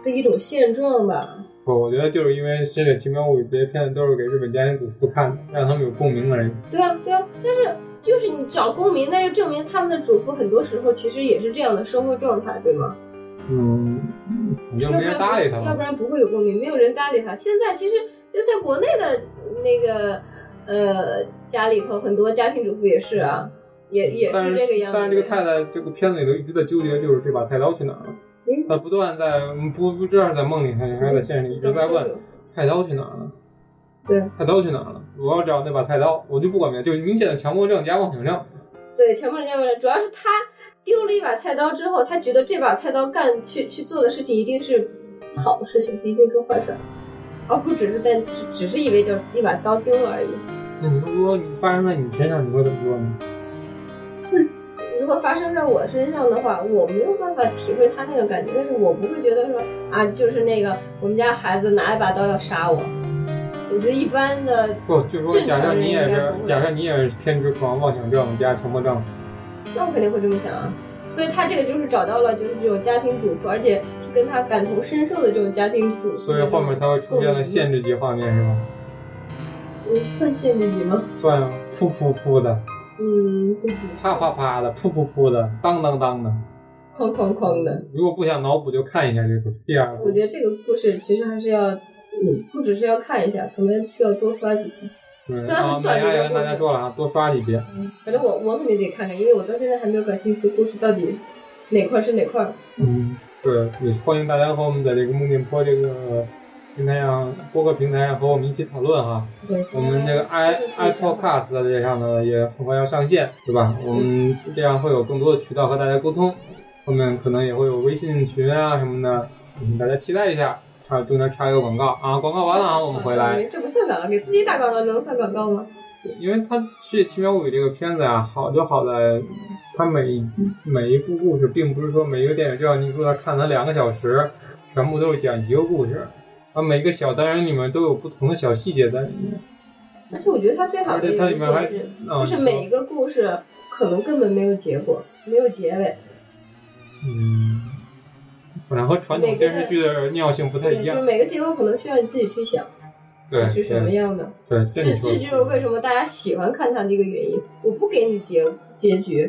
S1: 的一种现状吧。
S2: 不，我觉得就是因为《世界奇妙物语》这些片子都是给日本家庭主妇看的，让他们有共鸣而已。
S1: 对啊，对啊，但是就是你找共鸣，那就证明他们的主妇很多时候其实也是这样的生活状态，对吗？
S2: 嗯，你就
S1: 要不
S2: 没
S1: 然
S2: 人搭理他
S1: 要不
S2: 嘛。
S1: 然不会有共鸣，没有人搭理他。现在其实就在国内的那个呃家里头，很多家庭主妇也是啊，也也
S2: 但
S1: 这个样子。
S2: 但是这个太太，这个片子里头一直在纠结，就是这把菜刀去哪儿了。
S1: 嗯
S2: 她不断在不不知道是在梦里还是还是在现实里，一直在问菜刀去哪儿了？
S1: 对，
S2: 菜刀去哪儿了？我要找那把菜刀，我就不管别的，就是明显的强迫症加妄想症。
S1: 对，强迫人家问，主要是他丢了一把菜刀之后，他觉得这把菜刀干去去做的事情一定是好事情，一定是坏事儿，而不只是在只只是以为就是一把刀丢了而已。
S2: 那你说，如果你发生在你身上，你会怎么做呢？
S1: 如果发生在我身上的话，我没有办法体会他那种感觉，但是我不会觉得说啊，就是那个我们家孩子拿一把刀要杀我。我觉得一般的，
S2: 不，就是说，
S1: 正常
S2: 假设
S1: 人
S2: 你也
S1: 应该
S2: 是
S1: 不，会
S2: 假设你也是偏执狂、妄想症加强迫症，
S1: 那我肯定会这么想啊。所以他这个就是找到了就是这种家庭主妇，而且是跟他感同身受的这种家庭主妇。
S2: 所以后面才会出现了限制级画面，是吗？
S1: 嗯，算限制级吗？
S2: 算啊，噗噗噗的，
S1: 嗯，对，
S2: 啪啪啪的，噗噗噗的，当当当的。
S1: 哐哐哐的。
S2: 如果不想脑补，就看一下这个第二
S1: 我
S2: 部。
S1: 觉得这个故事其实还是要，嗯，不只是要看一下，可能需要多刷几次。
S2: 对，啊
S1: 虽然
S2: 然后
S1: 很短
S2: 美
S1: 的
S2: 亚
S1: 一
S2: 也
S1: 个
S2: 跟
S1: 故
S2: 大
S1: 事
S2: 家说了啊，多刷几遍。
S1: 反正我我肯定得看看，因为我到现在还没有搞清楚故事到底哪块是哪块。
S2: 嗯，对，也欢迎大家和我们在这个木电波这个平台上播客平台上和我们一起讨论哈。
S1: 对，
S2: 我们这个 i
S1: 哎
S2: i podcast 在这上呢也很快要上线，对吧？
S1: 嗯
S2: 我们这样会有更多的渠道和大家沟通，后面可能也会有微信群啊什么的，嗯，大家期待一下。插中间插一个广告啊，广告完了啊，我们回来。
S1: 嗯这不算广告，给自己打广告能算广告吗？
S2: 因为它《世界奇妙物语》这个片子啊，好就好在它每一
S1: 嗯
S2: 每一部故事，并不是说每一个电影就让你坐那儿看它两个小时，全部都是讲一个故事。啊，每个小单元里面都有不同的小细节在里面。
S1: 而且我觉得它最好的一个
S2: 而且它里面还
S1: 点是，
S2: 啊、
S1: 就是每一个故事可能根本没有结果，没有结尾，
S2: 嗯，反正和传统电视剧的尿性不太一
S1: 对，就是
S2: 样。
S1: 每个结果可能需要你自己去想
S2: 对，
S1: 是什么
S2: 对，
S1: 样的。
S2: 对，
S1: 这
S2: 你
S1: 这
S2: 说的
S1: 就是为什么大家喜欢看它的一个原因。我不给你结结局，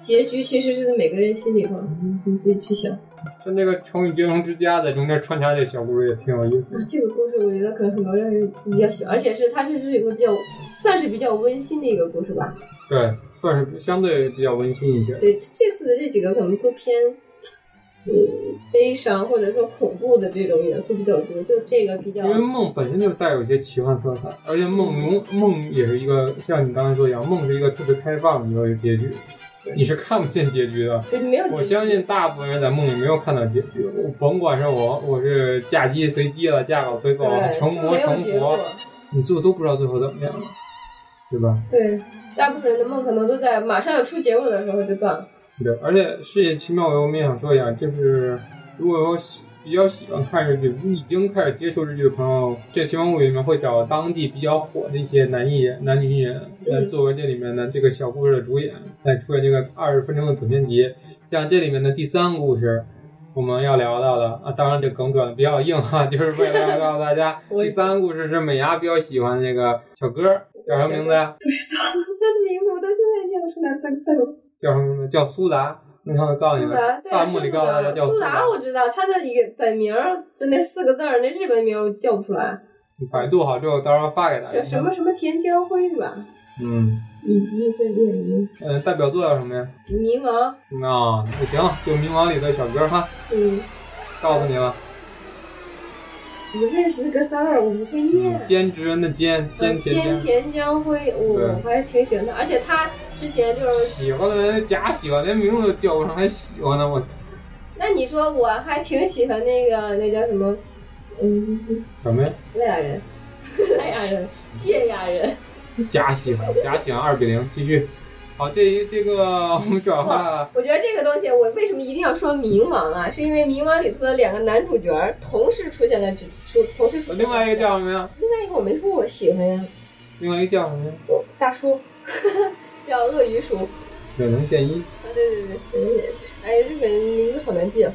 S1: 结局其实是每个人心里头，你自己去想。啊
S2: 就那个成语“接龙之家”在中间穿插这小故事也挺有意思
S1: 啊，这个故事我觉得可能很多人比较喜欢，而且是它是是一个比较算是比较温馨的一个故事吧。
S2: 对，算是相对比较温馨一些。
S1: 对，这次的这几个可能都偏嗯悲伤或者说恐怖的这种元素比较多，就这个比较
S2: 因为梦本身就带有一些奇幻色彩，而且梦容梦也是一个像你刚才说一样，梦是一个特别开放的一个结局，你是看不见结局的。
S1: 对没有
S2: 我相信大部分人在梦里没有看到结局，我甭管是我我是嫁鸡随鸡了，嫁狗随狗了，
S1: 对
S2: 成
S1: 就
S2: 魔
S1: 没有
S2: 成
S1: 结
S2: 佛
S1: 果，。
S2: 你最后都不知道最后怎么样了，对吧？
S1: 对，大部分人的梦可能都在马上要出结果的时候就断了。
S2: 对，而且《世界奇妙游》我们也想说一下，就是如果说喜比较喜欢看日剧，已经开始接触日剧的朋友，这《奇幻物语》里面会找当地比较火的一些男艺人、男女艺人
S1: 嗯
S2: 来作为这里面的这个小故事的主演，来出演这个二十分钟的短篇集。像这里面的第三个故事，我们要聊到的啊，当然这梗转的比较硬哈、就是为了告诉大家，
S1: 我
S2: 第三个故事是美伢比较喜欢的那个小哥儿，叫什么名字呀、
S1: 不知道他的名字，我到现在也叫不出来，他叫什么？
S2: 叫什么名字？叫苏达。那我告诉你
S1: 苏
S2: 们
S1: 达，，对，
S2: 弹
S1: 是
S2: 幕里
S1: 苏
S2: 告啊诉大家
S1: 达。
S2: 叫
S1: 苏
S2: 达
S1: 达，我知道他的原本名儿就那四个字儿，那日本名儿我叫不出来，
S2: 你百度好之后，到时候发给大家。
S1: 什什么？什么田江辉是吧？
S2: 嗯，
S1: 你你在念什么？
S2: 呃，代表作叫什么呀？
S1: 迷茫，
S2: 啊，不行，就《冥王》里的小哥哈，
S1: 嗯，
S2: 告诉你了，
S1: 不认识那个字儿，我不会念。
S2: 兼职人的兼，嗯兼
S1: 呃
S2: 田
S1: 兼
S2: 兼。
S1: 田江辉，哦我、
S2: 对
S1: 我还是挺喜欢他，而且他之前就是，
S2: 喜欢的人假喜欢，连名字都叫不上，还喜欢呢，我操！
S1: 那你说我还挺喜欢那个那叫什么，嗯，
S2: 什么呀？
S1: 赖雅人， 赖雅人，谢雅人，
S2: 假喜欢，假喜欢二比零，继续。好，这一这个 我们转化了，
S1: 我觉得这个东西，我为什么一定要说冥王啊？是因为冥王里头的两个男主角同时出现在这出，同时出现。
S2: 呃另外一个，叫什么呀？
S1: 另外一个我没说我喜欢呀，
S2: 另外一个叫什么呀？
S1: 我大叔， 叫鳄鱼叔啊，
S2: 远能献一。
S1: 对对对对对，哎，日本人名字好难记啊。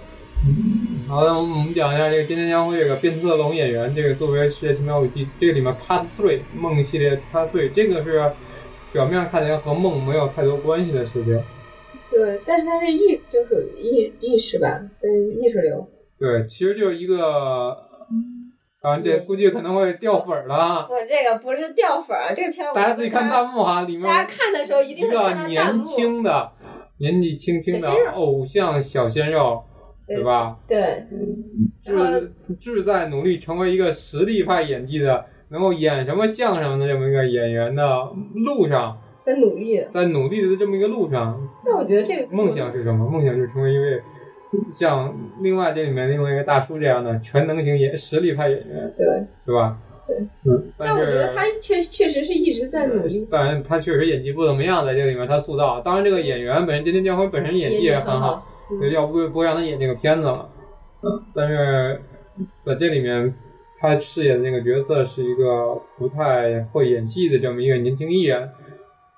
S2: 好的，我们讲一下这个今天将会这个变色龙演员，这个作为《世界奇妙物语》第这个里面 Part Three 梦系列 Part Three，这个是表面上看起来和梦没有太多关系的事情。
S1: 对，但是它是意，就属于意意识吧，嗯，意识流。
S2: 对，其实就是一个，当然这
S1: 嗯
S2: 估计可能会掉粉儿了啊，
S1: 不，这个不是掉粉啊儿，这个片儿
S2: 大家自己看弹
S1: 到，
S2: 幕哈，里面
S1: 嗯大家看的时候一
S2: 一
S1: 定会看
S2: 个
S1: 到弹
S2: 年
S1: 幕。
S2: 轻的、年纪轻轻的
S1: 小鲜肉
S2: 偶像小鲜肉，对吧？
S1: 对，然后
S2: 志志在努力成为一个实力派演技的，能够演什么像什么的这么一个演员的路上，
S1: 在努力。
S2: 在努力的这么一个路上，
S1: 但我觉得这个
S2: 梦想是什么？梦想就是成为一位像另外这里面另外一个大叔这样的全能型演实力派演员，
S1: 对。
S2: 对吧？
S1: 对，
S2: 嗯，
S1: 但我觉得他确确实是一直在努力，
S2: 当然，他确实演技不怎么样，在这里面他塑造。当然，这个演员本身，今天江辉本身演技也
S1: 也
S2: 很
S1: 很
S2: 好，。对，
S1: 嗯
S2: 要不不会让他演这个片子了。嗯，但是在这里面，他饰演的那个角色是一个不太会演戏的这么一个年轻艺人。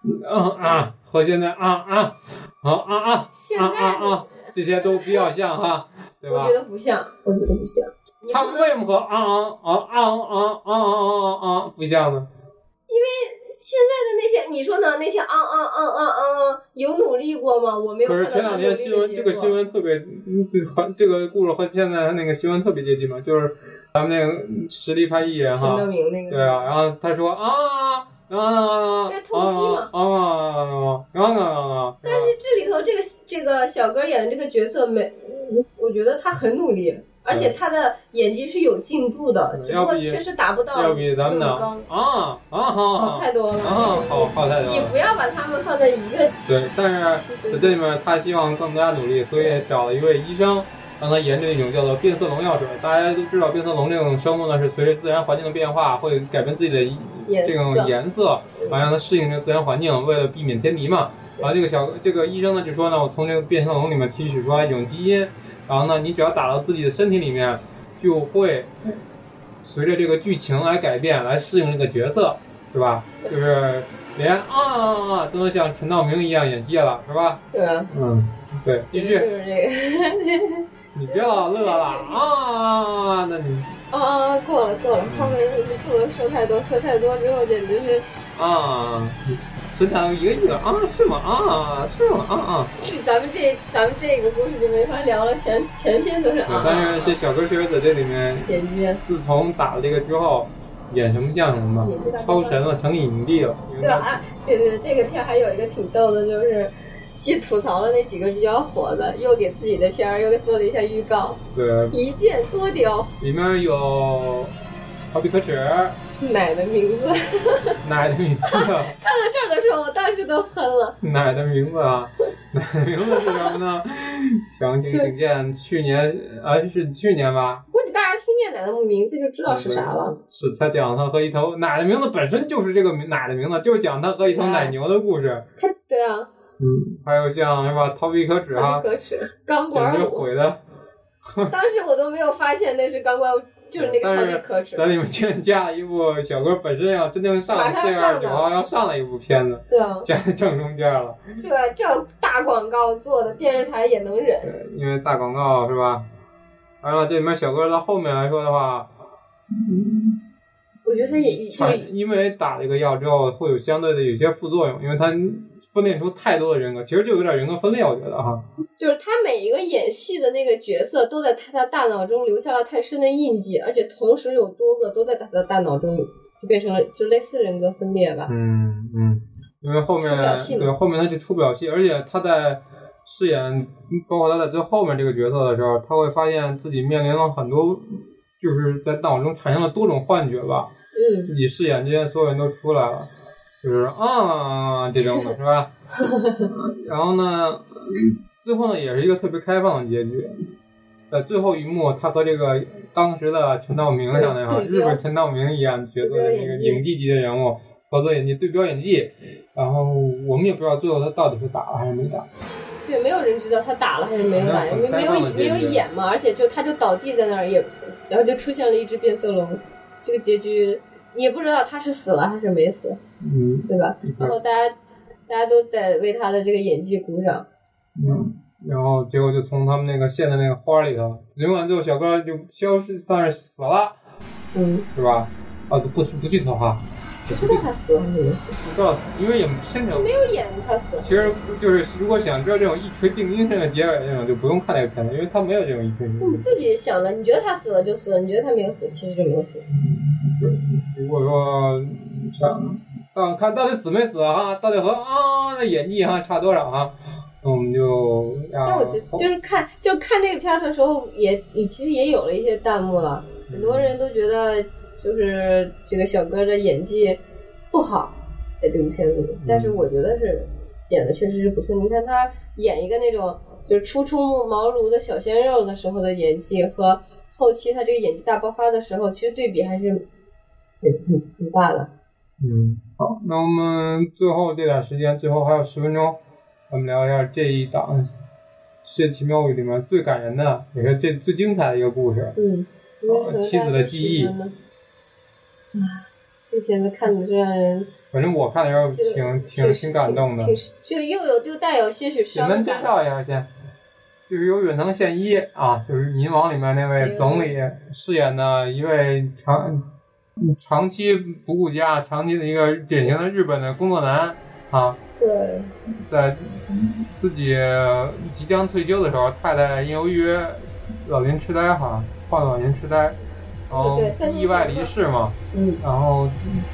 S2: 嗯啊，和现在啊啊，好啊啊
S1: 现
S2: 啊
S1: 在
S2: 啊啊，这些都比较像哈，对
S1: 我
S2: 吧
S1: 觉？得不像，我觉得不像。你
S2: 他
S1: 不
S2: 们
S1: 能
S2: 为什么和啊啊啊啊啊啊啊啊啊不像呢？
S1: 现在的那些，你说呢？那些啊啊啊啊啊，啊有努力过吗？我没有
S2: 可
S1: 看
S2: 是
S1: 到
S2: 前
S1: 他
S2: 两
S1: 努力
S2: 天
S1: 的
S2: 新闻，
S1: 结
S2: 这个
S1: 果
S2: 新闻特别，嗯，和这个故事和现在那个新闻特别接近嘛，就是咱们那个实力派艺人
S1: 陈
S2: 哈，
S1: 德明那个，
S2: 对啊，然后他说啊啊啊啊啊啊啊，
S1: 但是这里头这个这个小哥演的这个角色没，我觉得他很努力，而且他的演技是有进步的，
S2: 对
S1: 只不过
S2: 嗯要比
S1: 确实达不到
S2: 要比咱们的
S1: 那么
S2: 啊啊
S1: 高，
S2: 好
S1: 好太多了。
S2: 啊好好太多
S1: 你
S2: 了。
S1: 不要把他们放在一个
S2: 对，但是在这里面他希望更加努力，所以找了一位医生，让他研制一种叫做变色龙药水。大家都知道，变色龙这种生物呢，是随着自然环境的变化，会改变自己的
S1: 颜
S2: 这种
S1: 色
S2: 颜色，好让它适应这个自然环境，为了避免天敌嘛。然后这个小这个医生呢就说呢，我从这个变色龙里面提取出来一种基因，然后呢，你只要打到自己的身体里面，就会随着这个剧情来改变，来适应这个角色，对吧？
S1: 对
S2: 就是连啊啊啊都能像陈道明一样演戏了，是吧？
S1: 对吧？
S2: 嗯，对，继
S1: 就是
S2: 续，
S1: 这个。
S2: 你别老乐了啊！啊那你
S1: 啊啊啊！
S2: 嗯
S1: 过了过了，他们不能说太多，说太多之后简直是
S2: 啊，真的一个一个啊，是吗？啊，是吗？啊啊！
S1: 咱们这咱们这个故事就没法聊了，全全篇都是
S2: 对
S1: 啊。，
S2: 但是这小哥学在这里面，
S1: 简直
S2: 自从打了这个之后，演什么像什么
S1: 演技大，
S2: 超神了，成影帝了。因为
S1: 对吧？啊，对对对，这个片还有一个挺逗的，就是其实吐槽了那几个比较火的，又给自己的片儿又做了一下预告，
S2: 对，
S1: 一箭多雕，
S2: 里面有呃好比可耻，
S1: 奶的名字。
S2: 奶的名字，
S1: 看到这儿的时候，我当时都喷了。
S2: 奶的名字啊， 奶的名字是什么呢？详情请见去年，啊，是去年吧？
S1: 估计大家听见奶的名字就知道是啥了。
S2: 是他讲他和一头奶的名字本身就是这个名奶的名字，就是讲他和一头
S1: 哎
S2: 奶牛的故事。
S1: 他对啊，
S2: 嗯，还有像是吧，逃避可耻
S1: 特
S2: 啊
S1: 别，可耻，钢
S2: 简
S1: 管
S2: 直
S1: 舞。
S2: 毁的。
S1: 当时我都没有发现那是钢管舞，就是那个
S2: 但
S1: 特
S2: 是
S1: 别可耻
S2: 在。里面添加一部小哥本身要真正上
S1: 马上
S2: C
S1: 上
S2: 二九
S1: 的
S2: 号要上了一部片子，
S1: 对啊，
S2: 夹在正中间了。
S1: 这这大广告做的，电视台也能忍。
S2: 对，因为大广告是吧？当然了，这里面小哥到后面来说的话，
S1: 我觉得他也就
S2: 反因为打这个药之后会有相对的有些副作用，因为它分裂出太多的人格，其实就有点人格分裂，我觉得哈。
S1: 就是他每一个演戏的那个角色都在他的大脑中留下了太深的印记，而且同时有多个都在他的大脑中就变成了就类似人格分裂吧。
S2: 嗯嗯，因为后面
S1: 出不了戏嘛
S2: 对后面他就出不了戏，而且他在饰演，包括他在最后面这个角色的时候，他会发现自己面临了很多，就是在脑中产生了多种幻觉吧，
S1: 嗯，
S2: 自己饰演这些所有人都出来了，就是啊这种的 是吧？然后呢，最后呢也是一个特别开放的结局。在最后一幕，他和这个当时的陈道明像那样，
S1: 对对
S2: 日本陈道明一样角色的一
S1: 对
S2: 个
S1: 对
S2: 影帝级的人物，合作演技对标演技。然后我们也不知道最后他到底是打了还是没打。
S1: 对，没有人知道他打了还是没有打，
S2: 嗯
S1: 因为没有
S2: 很开放的
S1: 没有
S2: 结局
S1: 演嘛，而且就他就倒地在那儿，也然后就出现了一只变色龙，这个结局也不知道他是死了还是没死，
S2: 嗯
S1: 对吧？
S2: 对
S1: 然后大家大家都在为他的这个演技鼓掌，
S2: 嗯。然后结果就从他们那个陷在那个花里头，尽管最后小哥就消失，算是死了，
S1: 嗯，
S2: 是吧？啊，不不剧透哈，
S1: 不知道他死了还是没死，
S2: 不告诉你，因为也现在
S1: 没有演他死，
S2: 其实就是如果想知道这种一锤定音式的结尾那种，就不用看那个片子，因为它没有这种一锤定
S1: 你
S2: 音。
S1: 自己想的，你觉得他死了就死了，你觉得他没有死，其实就没有死。
S2: 如果说想到看到底死没死啊，到底和啊那演技哈、差多少啊，那我们就啊，
S1: 但我觉得就是看就是看这个片儿的时候也，也其实也有了一些弹幕了，很多人都觉得就是这个小哥的演技不好，在这部片子里，但
S2: 嗯
S1: 是我觉得是演的确实是不错。你看他演一个那种就是初出茅庐的小鲜肉的时候的演技，和后期他这个演技大爆发的时候，其实对比还是很很很大的。
S2: 嗯，好，那我们最后这点时间，最后还有十分钟，我们聊一下这一档《这奇妙物语》里面最感人的，也是这最精彩的一个故事。
S1: 嗯，
S2: 哦妻子的记忆
S1: 啊，这片子看的就让人
S2: 反正我看的时候
S1: 就是
S2: 挺挺挺感动的。
S1: 挺就又有又带有些许
S2: 简单
S1: 伤
S2: 介
S1: 感。
S2: 绍一下先，就是由远藤宪一啊，就是《民王》里面那
S1: 嗯
S2: 位总理饰演的一位长长期不顾家、长期的一个典型的日本的工作男啊，
S1: 对，
S2: 在自己即将退休的时候，太太由于老年痴呆哈，患老年痴呆，然后
S1: 对三年前
S2: 意外离世嘛，
S1: 嗯，
S2: 然后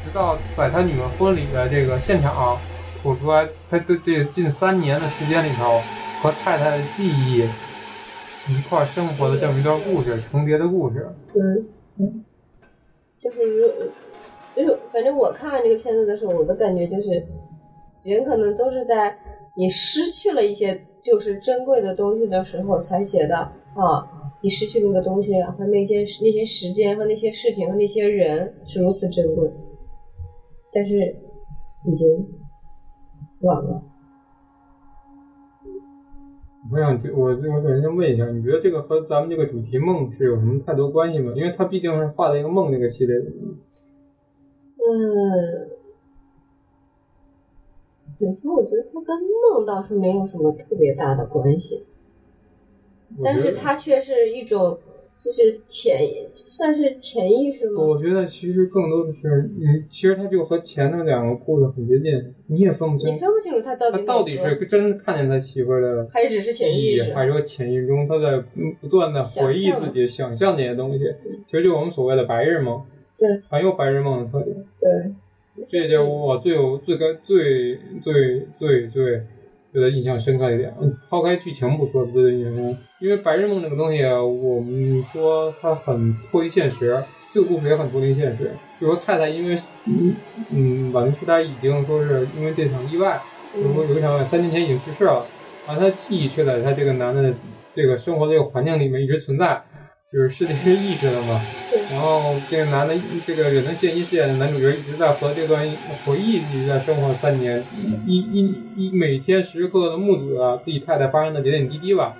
S2: 直到在他女儿婚礼的这个现场，我出来他这这近三年的时间里头，和太太的记忆一块儿生活的这么一段故事，重叠的故事。
S1: 嗯，就是如就是反正我看完这个片子的时候，我的感觉就是，人可能都是在你失去了一些就是珍贵的东西的时候才觉得啊。你失去那个东西和那些那些时间和那些事情和那些人是如此珍贵，但是已经晚了。
S2: 我想觉，我我首先先问一下，你觉得这个和咱们这个主题梦是有什么太多关系吗？因为它毕竟是画在一个梦那个系列里面。
S1: 嗯，有时候我觉得它跟梦倒是没有什么特别大的关系，
S2: 我
S1: 但
S2: 觉
S1: 是
S2: 得
S1: 它却是一种就是潜算是潜意识吗？
S2: 我觉得其实更多的是，嗯，其实它就和前头两个故事很接近，你也分不
S1: 你
S2: 清
S1: 分不清楚他到
S2: 他
S1: 底
S2: 到底
S1: 哪
S2: 是
S1: 个
S2: 真看见他媳妇儿的
S1: 还是只是潜意
S2: 意义，
S1: 识，
S2: 还是说潜意识中他在嗯不断的回忆自己、想象这些东西，其实就是我们所谓的白日梦。
S1: 对，嗯
S2: 很有白日梦的特点。
S1: 对，
S2: 这就是我最有最该最最最最觉得印象深刻的一点。嗯抛开剧情不说，最最印象深刻，因为白日梦这个东西，啊我们说它很脱离现实，这个故事也很脱离现实。比如说太太因为嗯嗯，婉是她已经说是因为这场意外，
S1: 嗯
S2: 比如说有一场意外三年前已经去世了，然后她记忆却在她这个男的这个生活的这个环境里面一直存在，就是失去意识了嘛。然后这个男的，这个远藤宪一饰演的男主角一直在和这段回忆一直在生活三年，一一一每天时时刻刻的目睹着自己太太发生的点点滴滴吧，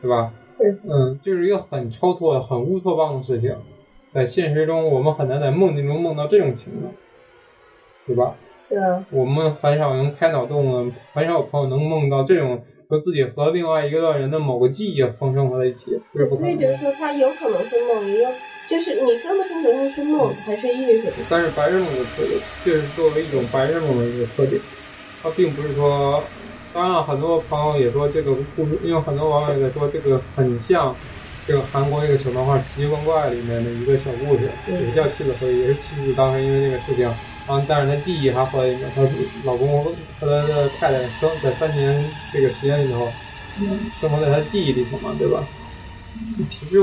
S2: 对吧？
S1: 对，
S2: 嗯，这是一个很超脱、很乌托邦的事情，在现实中我们很难在梦境中梦到这种情况，对吧？
S1: 对啊，
S2: 我们很少能开脑洞的，很少有朋友能梦到这种和自己和另外一个人的某个记忆缝生活在一起，这是不可
S1: 所以
S2: 能
S1: 比如
S2: 的。
S1: 说他有可能是梦，也有就是你分不清楚他是梦还是意识，
S2: 但是白日梦的特点，这是作为一种白日梦的一个特点，它并不是说，当然了很多朋友也说这个故事，因为很多网友也在说这个很像这个韩国一个小漫画《奇奇怪怪》里面的一个小故事，
S1: 嗯
S2: 也是叫妻子回忆，也是妻子当时因为这个事情，然后但是她记忆还怀里面，她老公和她的太太生在三年这个时间里头，生活在她记忆里头嘛，对吧？其实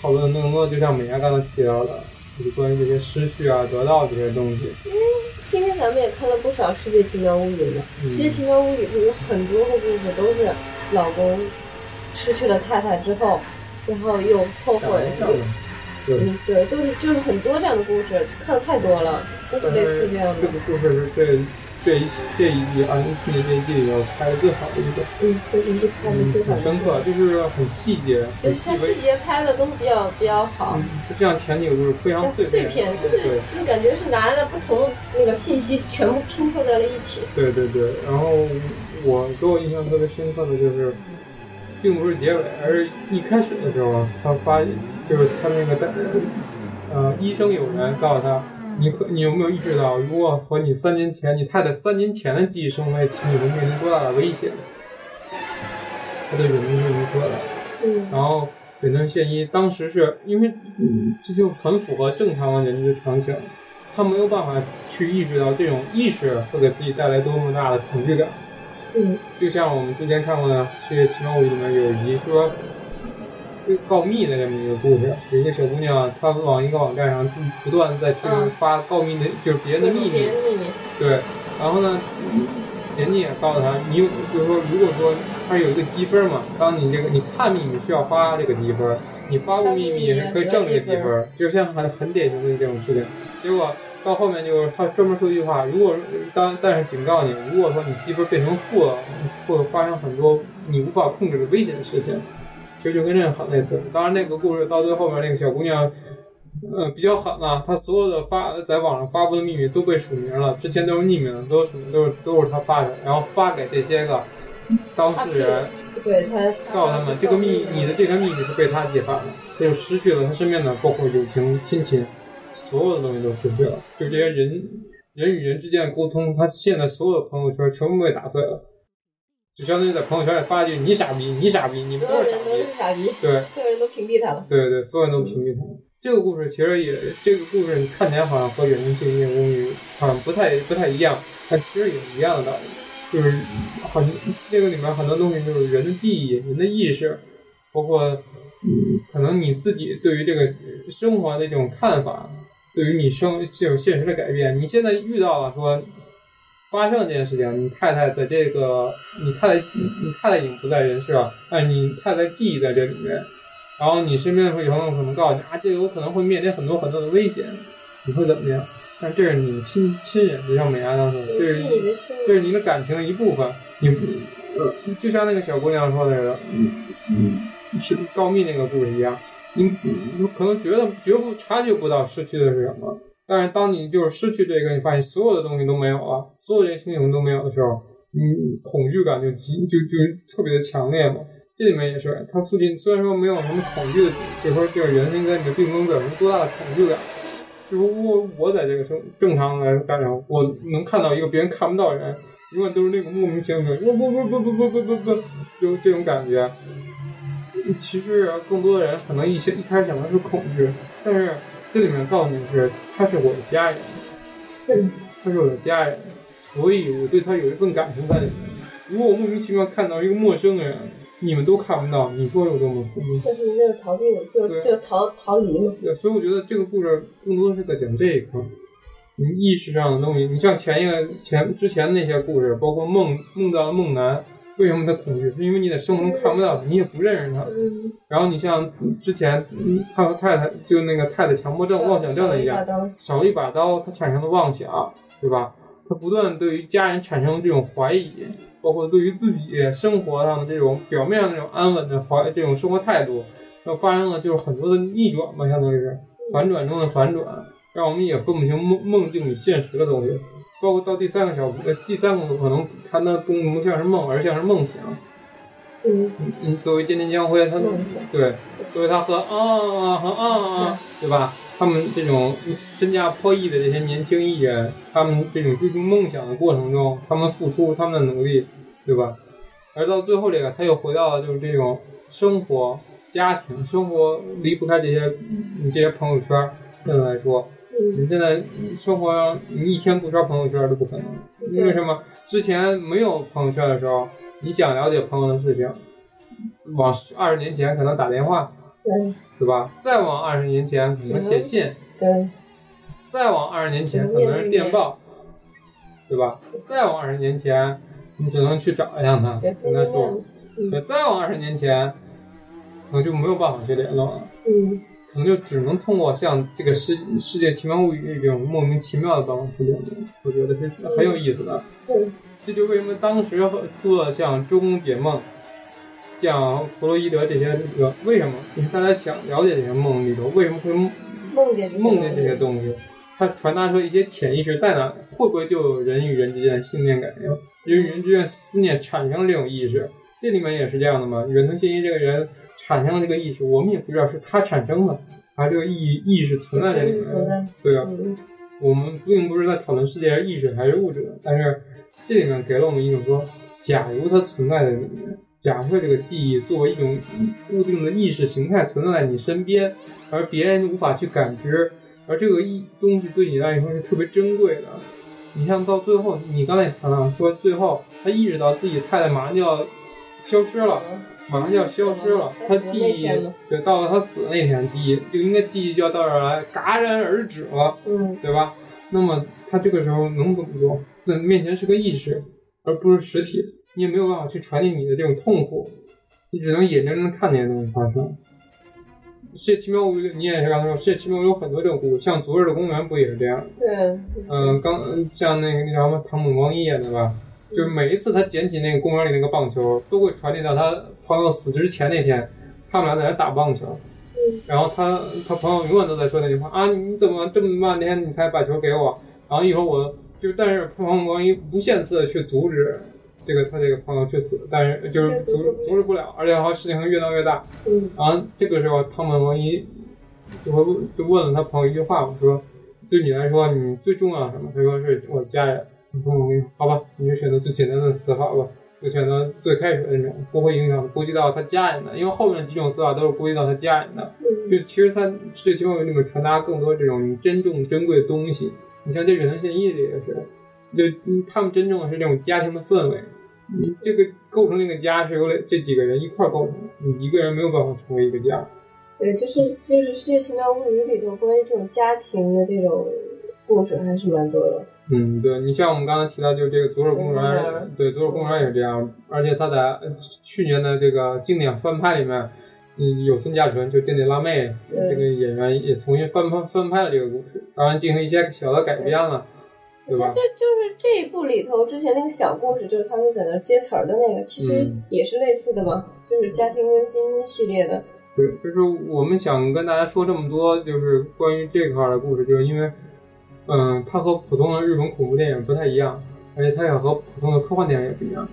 S2: 讨论的更多，就像美亚刚才提到的，就是关于这些失去啊、得到这些东西。
S1: 今天咱们也看了不少《世界奇妙物语》嘛，
S2: 嗯
S1: 世界奇妙物》里头有很多个故事都是老公失去了太太之后，然后又后悔，又
S2: 对，
S1: 嗯，对，都是就是很多这样的故事，看的太多了，都是类似这样
S2: 这
S1: 的。
S2: 个故事是这这一这一季二零一七年这一季里面拍的最好的一个，
S1: 嗯，确实是拍的
S2: 嗯
S1: 最，好
S2: 很
S1: 的，
S2: 深刻，就是很细节，
S1: 就是
S2: 很细
S1: 它
S2: 微
S1: 细，节拍的都比较比较好
S2: 嗯，，不像前几个就是非常
S1: 但
S2: 碎
S1: 呃碎片就是
S2: 对
S1: 就是感觉是拿了不同的那个信息全部拼凑在了一起。
S2: 对对对，然后我给我印象特别深刻的就是，并不是结尾，而是一开始的时候，他发就是他那个大呃医生有人告诉他，你可你有没有意识到，如果和你三年前你太太三年前的记忆生活在一起，你会面临多大的危险？他对远藤宪一说的，
S1: 嗯，
S2: 然后远藤宪一当时是因为、嗯、这就很符合正常的人的常情，他没有办法去意识到这种意识会给自己带来多么大的恐惧感。
S1: 嗯，
S2: 就像我们之前看过的《世界奇妙物语》里面有一集说，就告密的这么一个故事，有一个小姑娘，她往一个网站上自己不断地再去
S1: 嗯
S2: 发告密的，就是别人的秘密，
S1: 别人的秘密，
S2: 对，然后呢，人家也告诉他，你有就是说，如果说它有一个积分嘛，当你这个你看秘密需要花这个积分，你发布秘密也是可以挣这个积分，就像很很典型的这种事情。结果到后面就是他专门说一句话，如果呃当但是警告你，如果说你积分变成负了，会发生很多你无法控制的危险的事情。其实就跟这个很类似。当然，那个故事到最后面，那个小姑娘，呃，比较狠啊，她所有的发在网上发布的秘密都被署名了，之前都是匿名的，都是署名，都是都是她发的，然后发给这些个当事人，
S1: 对他
S2: 告诉他
S1: 啊
S2: 们这个秘你的这个秘密是被她揭发的，她就失去了她身边的包括友情、亲情，所有的东西都失去了，就这些人人与人之间的沟通，她现在所有的朋友圈全部被打碎了。就相当于在朋友圈里发一句“你傻逼，你傻逼，你不
S1: 所有
S2: 是傻
S1: 人都
S2: 逼
S1: 是傻逼，”，
S2: 对，
S1: 所有人都屏蔽他了。
S2: 对对，所有人都屏蔽他。这个故事其实也，这个故事看起来好像和《远征信息公寓》好像不太不太一样，但其实也一样的道理，就是很这个里面很多东西就是人的记忆、人的意识，包括可能你自己对于这个生活的一种看法，对于你生这种现实的改变，你现在遇到了说发生了这件事情，你太太在这个，你太太你太太已经不在人世了，但你太太记忆在这里面，然后你身边的朋友可能告诉你啊，这有可能会面临很多很多的危险，你会怎么样？但这是你亲亲人，就像美啊伢当时，这
S1: 是
S2: 是
S1: 你的心
S2: 这是你的感情的一部分。你呃就像那个小姑娘说的，嗯是告密那个故事一样，你你可能觉得觉不察觉不到失去的是什么，但是当你就是失去这个，你发现所有的东西都没有了，所有这些亲情都没有的时候，你恐惧感就极就就特别的强烈嘛。这里面也是，他父亲虽然说没有什么恐惧，就说这个人应该你的病中表现多大的恐惧感，就是我我在这个正正常来干上，我能看到一个别人看不到人，永远都是那种莫名其妙的，不不不不不不不不，就这种感觉。其实更多的人可能一些一开始想的是恐惧，但是这里面告诉你是他是我的家人，
S1: 嗯
S2: 他是我的家人，所以我对他有一份感情在里面。如果我莫名其妙看到一个陌生人，你们都看不到，你说有多么恐怖？
S1: 但是那是逃避，就是
S2: 对
S1: 就逃逃离嘛。
S2: 对，所以我觉得这个故事更多是在讲这一块，你意识上的东西。你像前一个前之前那些故事，包括梦梦到梦男，为什么他恐惧？是因为你在生活中看不到，你也不认识他。
S1: 嗯，
S2: 然后你像之前嗯他和太太就那个太太强迫症、妄想症的一
S1: 少
S2: 样
S1: 一把，刀
S2: 少了一把刀，他产生的妄想，对吧？他不断对于家人产生这种怀疑，包括对于自己生活上的这种表面上那种安稳的怀这种生活态度，然后发生了就是很多的逆转吧，相当于是反转中的反转，让我们也分不清梦梦境与现实的东西。包括到第三个小呃第三个可能谈的更不像是梦，而像是梦想。
S1: 嗯，
S2: 嗯，作为《剑天江辉》，他
S1: 梦想
S2: 对，所以他和啊啊和啊啊，对吧？他们这种身价破亿的这些年轻艺人，他们这种追逐梦想的过程中，他们付出他们的努力，对吧？而到最后这个，他又回到就是这种生活、家庭、生活离不开这些你这些朋友圈。现在来说，
S1: 嗯，
S2: 你现在生活上你一天不刷朋友圈都不可能，因为什么？之前没有朋友圈的时候，你想了解朋友的事情，往二十年前可能打电话，
S1: 对
S2: 对吧？再往二十年前可能写信，
S1: 对，
S2: 再往二十年前可能是电报，对吧？再往二十年前，你只能去找一下他，
S1: 对
S2: 跟他
S1: 面对面
S2: 说。对，再往二十年前，可能就没有办法去联络了，
S1: 嗯，
S2: 可能就只能通过像这个世世界奇妙物语这种莫名其妙的办法去联络，我觉得是很有意思的。
S1: 对，
S2: 这就是为什么当时出了像《周公解梦》、像弗洛伊德这些这个，为什么？就是大家想了解这些梦里头为什么会梦
S1: 梦见这些
S2: 梦见这些
S1: 东西，
S2: 东西，它传达出一些潜意识在哪，会不会就有人与人之间的信念感应，人与人之间的思念产生这种意识？这里面也是这样的嘛。远藤宪一这个人产生了这个意识，我们也不知道是他产生的，还是这个意意识存在这里
S1: 真实存
S2: 面。
S1: 在。
S2: 对啊，
S1: 嗯，
S2: 我们并不是在讨论世界是意识还是物质的，但是这里面给了我们一种说，假如它存在在里面，假设这个记忆作为一种固定的意识形态存在在你身边，而别人无法去感知，而这个一东西对你来说是特别珍贵的。你像到最后，你刚才也谈到说，最后他意识到自己太太马上就要消失了，马上就要消失了，他
S1: 他死的
S2: 记
S1: 嗯那
S2: 忆
S1: 天吗
S2: 对到了他死的那天，记忆就应该记忆就要到这儿来，戛然而止了。
S1: 嗯，
S2: 对吧？那么他这个时候能怎么做？在面前是个意识，而不是实体，你也没有办法去传递你的这种痛苦，你只能眼睁睁看那些东西发生。世界奇妙物语，你也是刚才说，世界奇妙物语有很多这种故事，像《昨日的公园》不也是这样？
S1: 对，
S2: 嗯，刚嗯像那个那什么唐本光一演的吧，就是每一次他捡起那个公园里那个棒球，都会传递到他朋友死之前那天，他们俩在那打棒球。
S1: 嗯
S2: 然后他他朋友永远都在说那句话啊，你怎么这么半天你才把球给我？然后一会儿我就，但是唐本光一不限次的去阻止这个他这个朋友去死，但是就是
S1: 这个阻止不了
S2: 阻阻止不了，而且好像事情会越闹越大。
S1: 嗯，
S2: 然后这个时候，汤本王一就会问就问了他朋友一句话，我说：“对你来说，你最重要的是什么？”他说：“是我的家人。”汤本王一说：“好吧，你就选择最简单的死法吧，就选择最开始的那种，不会影响顾及到他家人的，因为后面几种死法都是顾及到他家人的。
S1: 嗯，
S2: 就其实他这情况里面传达更多这种你珍重珍贵的东西。你像这远藤宪一里也是，就嗯他们珍重的是这种家庭的氛围。嗯这个构成这个家是由这几个人一块儿构成的，嗯你一个人没有办法成为一个家。
S1: 对，就是就是《世界奇妙物语》里头关于这种家庭的这种故事还是蛮多的。
S2: 嗯，对你像我们刚才提到，就这个左手公
S1: 左手
S2: 园
S1: 公园，
S2: 对左手公园也是这样，而且他在呃去年的这个经典翻拍里面，嗯，有村架纯就电电辣妹
S1: 对
S2: 这个演员也重新翻拍翻拍了这个故事，当然进行一些小的改编了，对
S1: 它
S2: 吧
S1: 就？就是这一部里头之前那个小故事，就是他们在那儿接词儿的那个，其实
S2: 嗯
S1: 也是类似的嘛，就是家庭温馨系列的。
S2: 对，就是我们想跟大家说这么多，就是关于这块儿的故事，就是因为，嗯，它和普通的日本恐怖电影不太一样，而且它也和普通的科幻电影也不一样。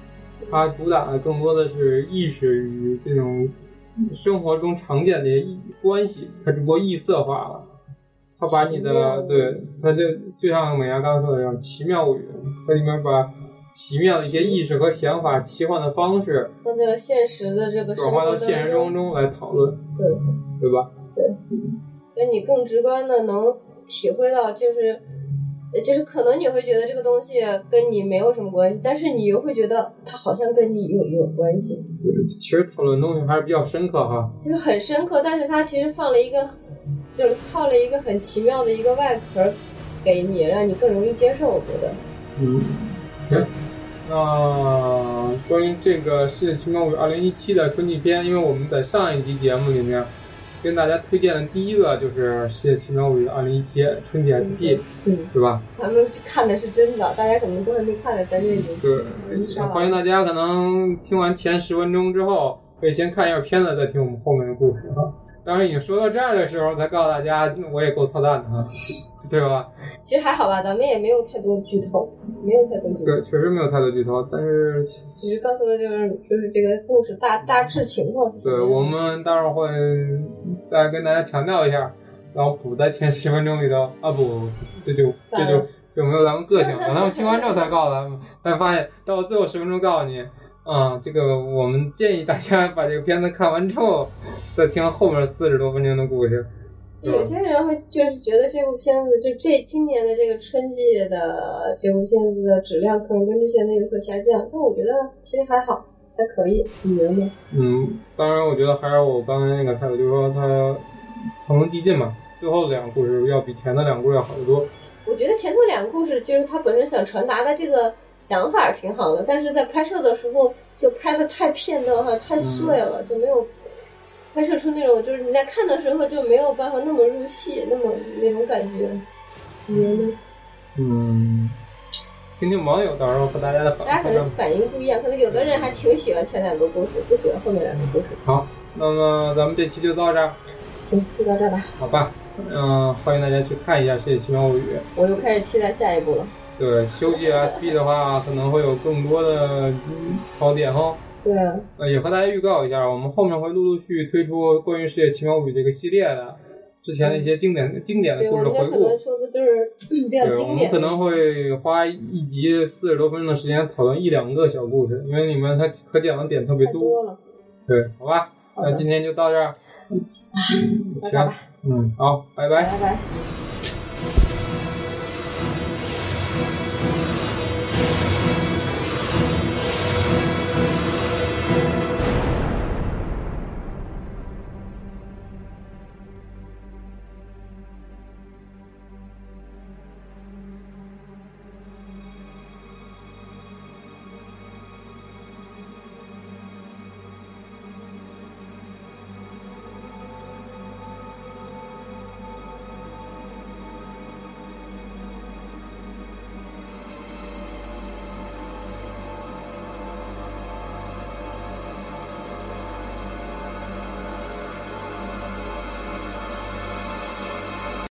S2: 它主打的更多的是意识与这种生活中常见的一些关系，它只不过异色化了。它把你
S3: 奇妙
S2: 的对，它就就像美伢刚刚说的一样，奇妙语，它里面把奇妙的一些意识和想法、奇幻的方式
S1: 放在现实的这个生
S2: 转化到
S1: 活
S2: 现
S1: 当
S2: 实生活
S1: 中，
S2: 中来讨论，
S3: 对
S2: 对吧？
S1: 让你更直观的能体会到，就是，呃就是可能你会觉得这个东西跟你没有什么关系，但是你又会觉得它好像跟你有有关系。
S2: 对，其实讨论东西还是比较深刻哈。
S1: 就是很深刻，但是它其实放了一个，就是套了一个很奇妙的一个外壳给你，让你更容易接受。我觉得，
S2: 嗯，行。那关于这个《世界奇妙物语》二零一七的春季篇，因为我们在上一集节目里面跟大家推荐的第一个就是《世界奇妙物语》二零一七春季 SP，
S3: 嗯，
S2: 对吧？
S1: 咱们看的是真的，大家可能都还没看呢，咱就已经
S2: 对
S3: 一上，来
S2: 欢迎大家可能听完前十分钟之后，可以先看一下片子，再听我们后面的故事啊。当然，你说到这儿的时候，才告诉大家，我也够操蛋的啊，对吧？
S1: 其实还好吧，咱们也没有太多剧透，没有太多剧透，
S2: 对，确实没有太多剧透，但是
S1: 只是告诉了这个就是这个故事大大致情况是什么
S2: 对，
S1: 样的。
S2: 我们待会儿会再跟大家强调一下，然后补在前十分钟里头啊，不，这就
S1: 算
S2: 这
S1: 了
S2: 就就没有咱们个性了。咱们听完之后才告诉咱们，才发现到最后十分钟告诉你，啊，这个我们建议大家把这个片子看完之后，再听后面四十多分钟的故事。
S1: 就有些人会就是觉得这部片子，就这今年的这个春季的这部片子的质量可能跟之前的有所下降，但我觉得其实还好，还可以。你觉得呢？
S2: 嗯，当然，我觉得还是我刚才那个态度，就是说它层层递进嘛，最后的两个故事要比前的两个故事要好得多。
S1: 我觉得前头两个故事就是他本身想传达的这个想法挺好的，但是在拍摄的时候就拍的太片段化、太碎了，
S2: 嗯
S1: 就没有拍摄出那种就是你在看的时候就没有办法那么入戏，那么那种感觉。你觉得呢？
S2: 嗯，听听网友到时候和大家的
S1: 大家
S2: 反
S1: 可
S2: 馈
S1: 能。反应不一样，可能有的人还挺喜欢前两个故事，不喜欢后面两个故事。
S2: 好，那么咱们这期就到这儿，
S1: 行，就到这儿吧。
S2: 好吧？嗯、欢迎大家去看一下《世界奇妙物语
S1: 我又开始期待下一部了。》。
S2: 对，修记 SP 的话，可能会有更多的嗯槽点哦。
S1: 对啊，
S2: 呃，也和大家预告一下，我们后面会陆陆续续推出关于《世界奇妙物语》这个系列的之前的一些经典、经典
S1: 嗯
S2: 的
S1: 对，我
S2: 故事的
S1: 们
S2: 回
S1: 家可
S2: 顾
S1: 能。说的都是比较
S2: 对，我
S1: 经
S2: 们
S1: 典
S2: 可
S1: 的。
S2: 能会花一集四十多分钟的时间讨论一两个小故事，因为你们它可讲的点特别
S1: 太多了。
S2: 对，好吧，
S1: 好
S2: 那
S1: 的嗯
S2: 今天就到这儿。
S1: 拜
S2: 行
S1: 拜，
S2: 嗯，好，拜拜。
S1: 拜拜。
S3: 《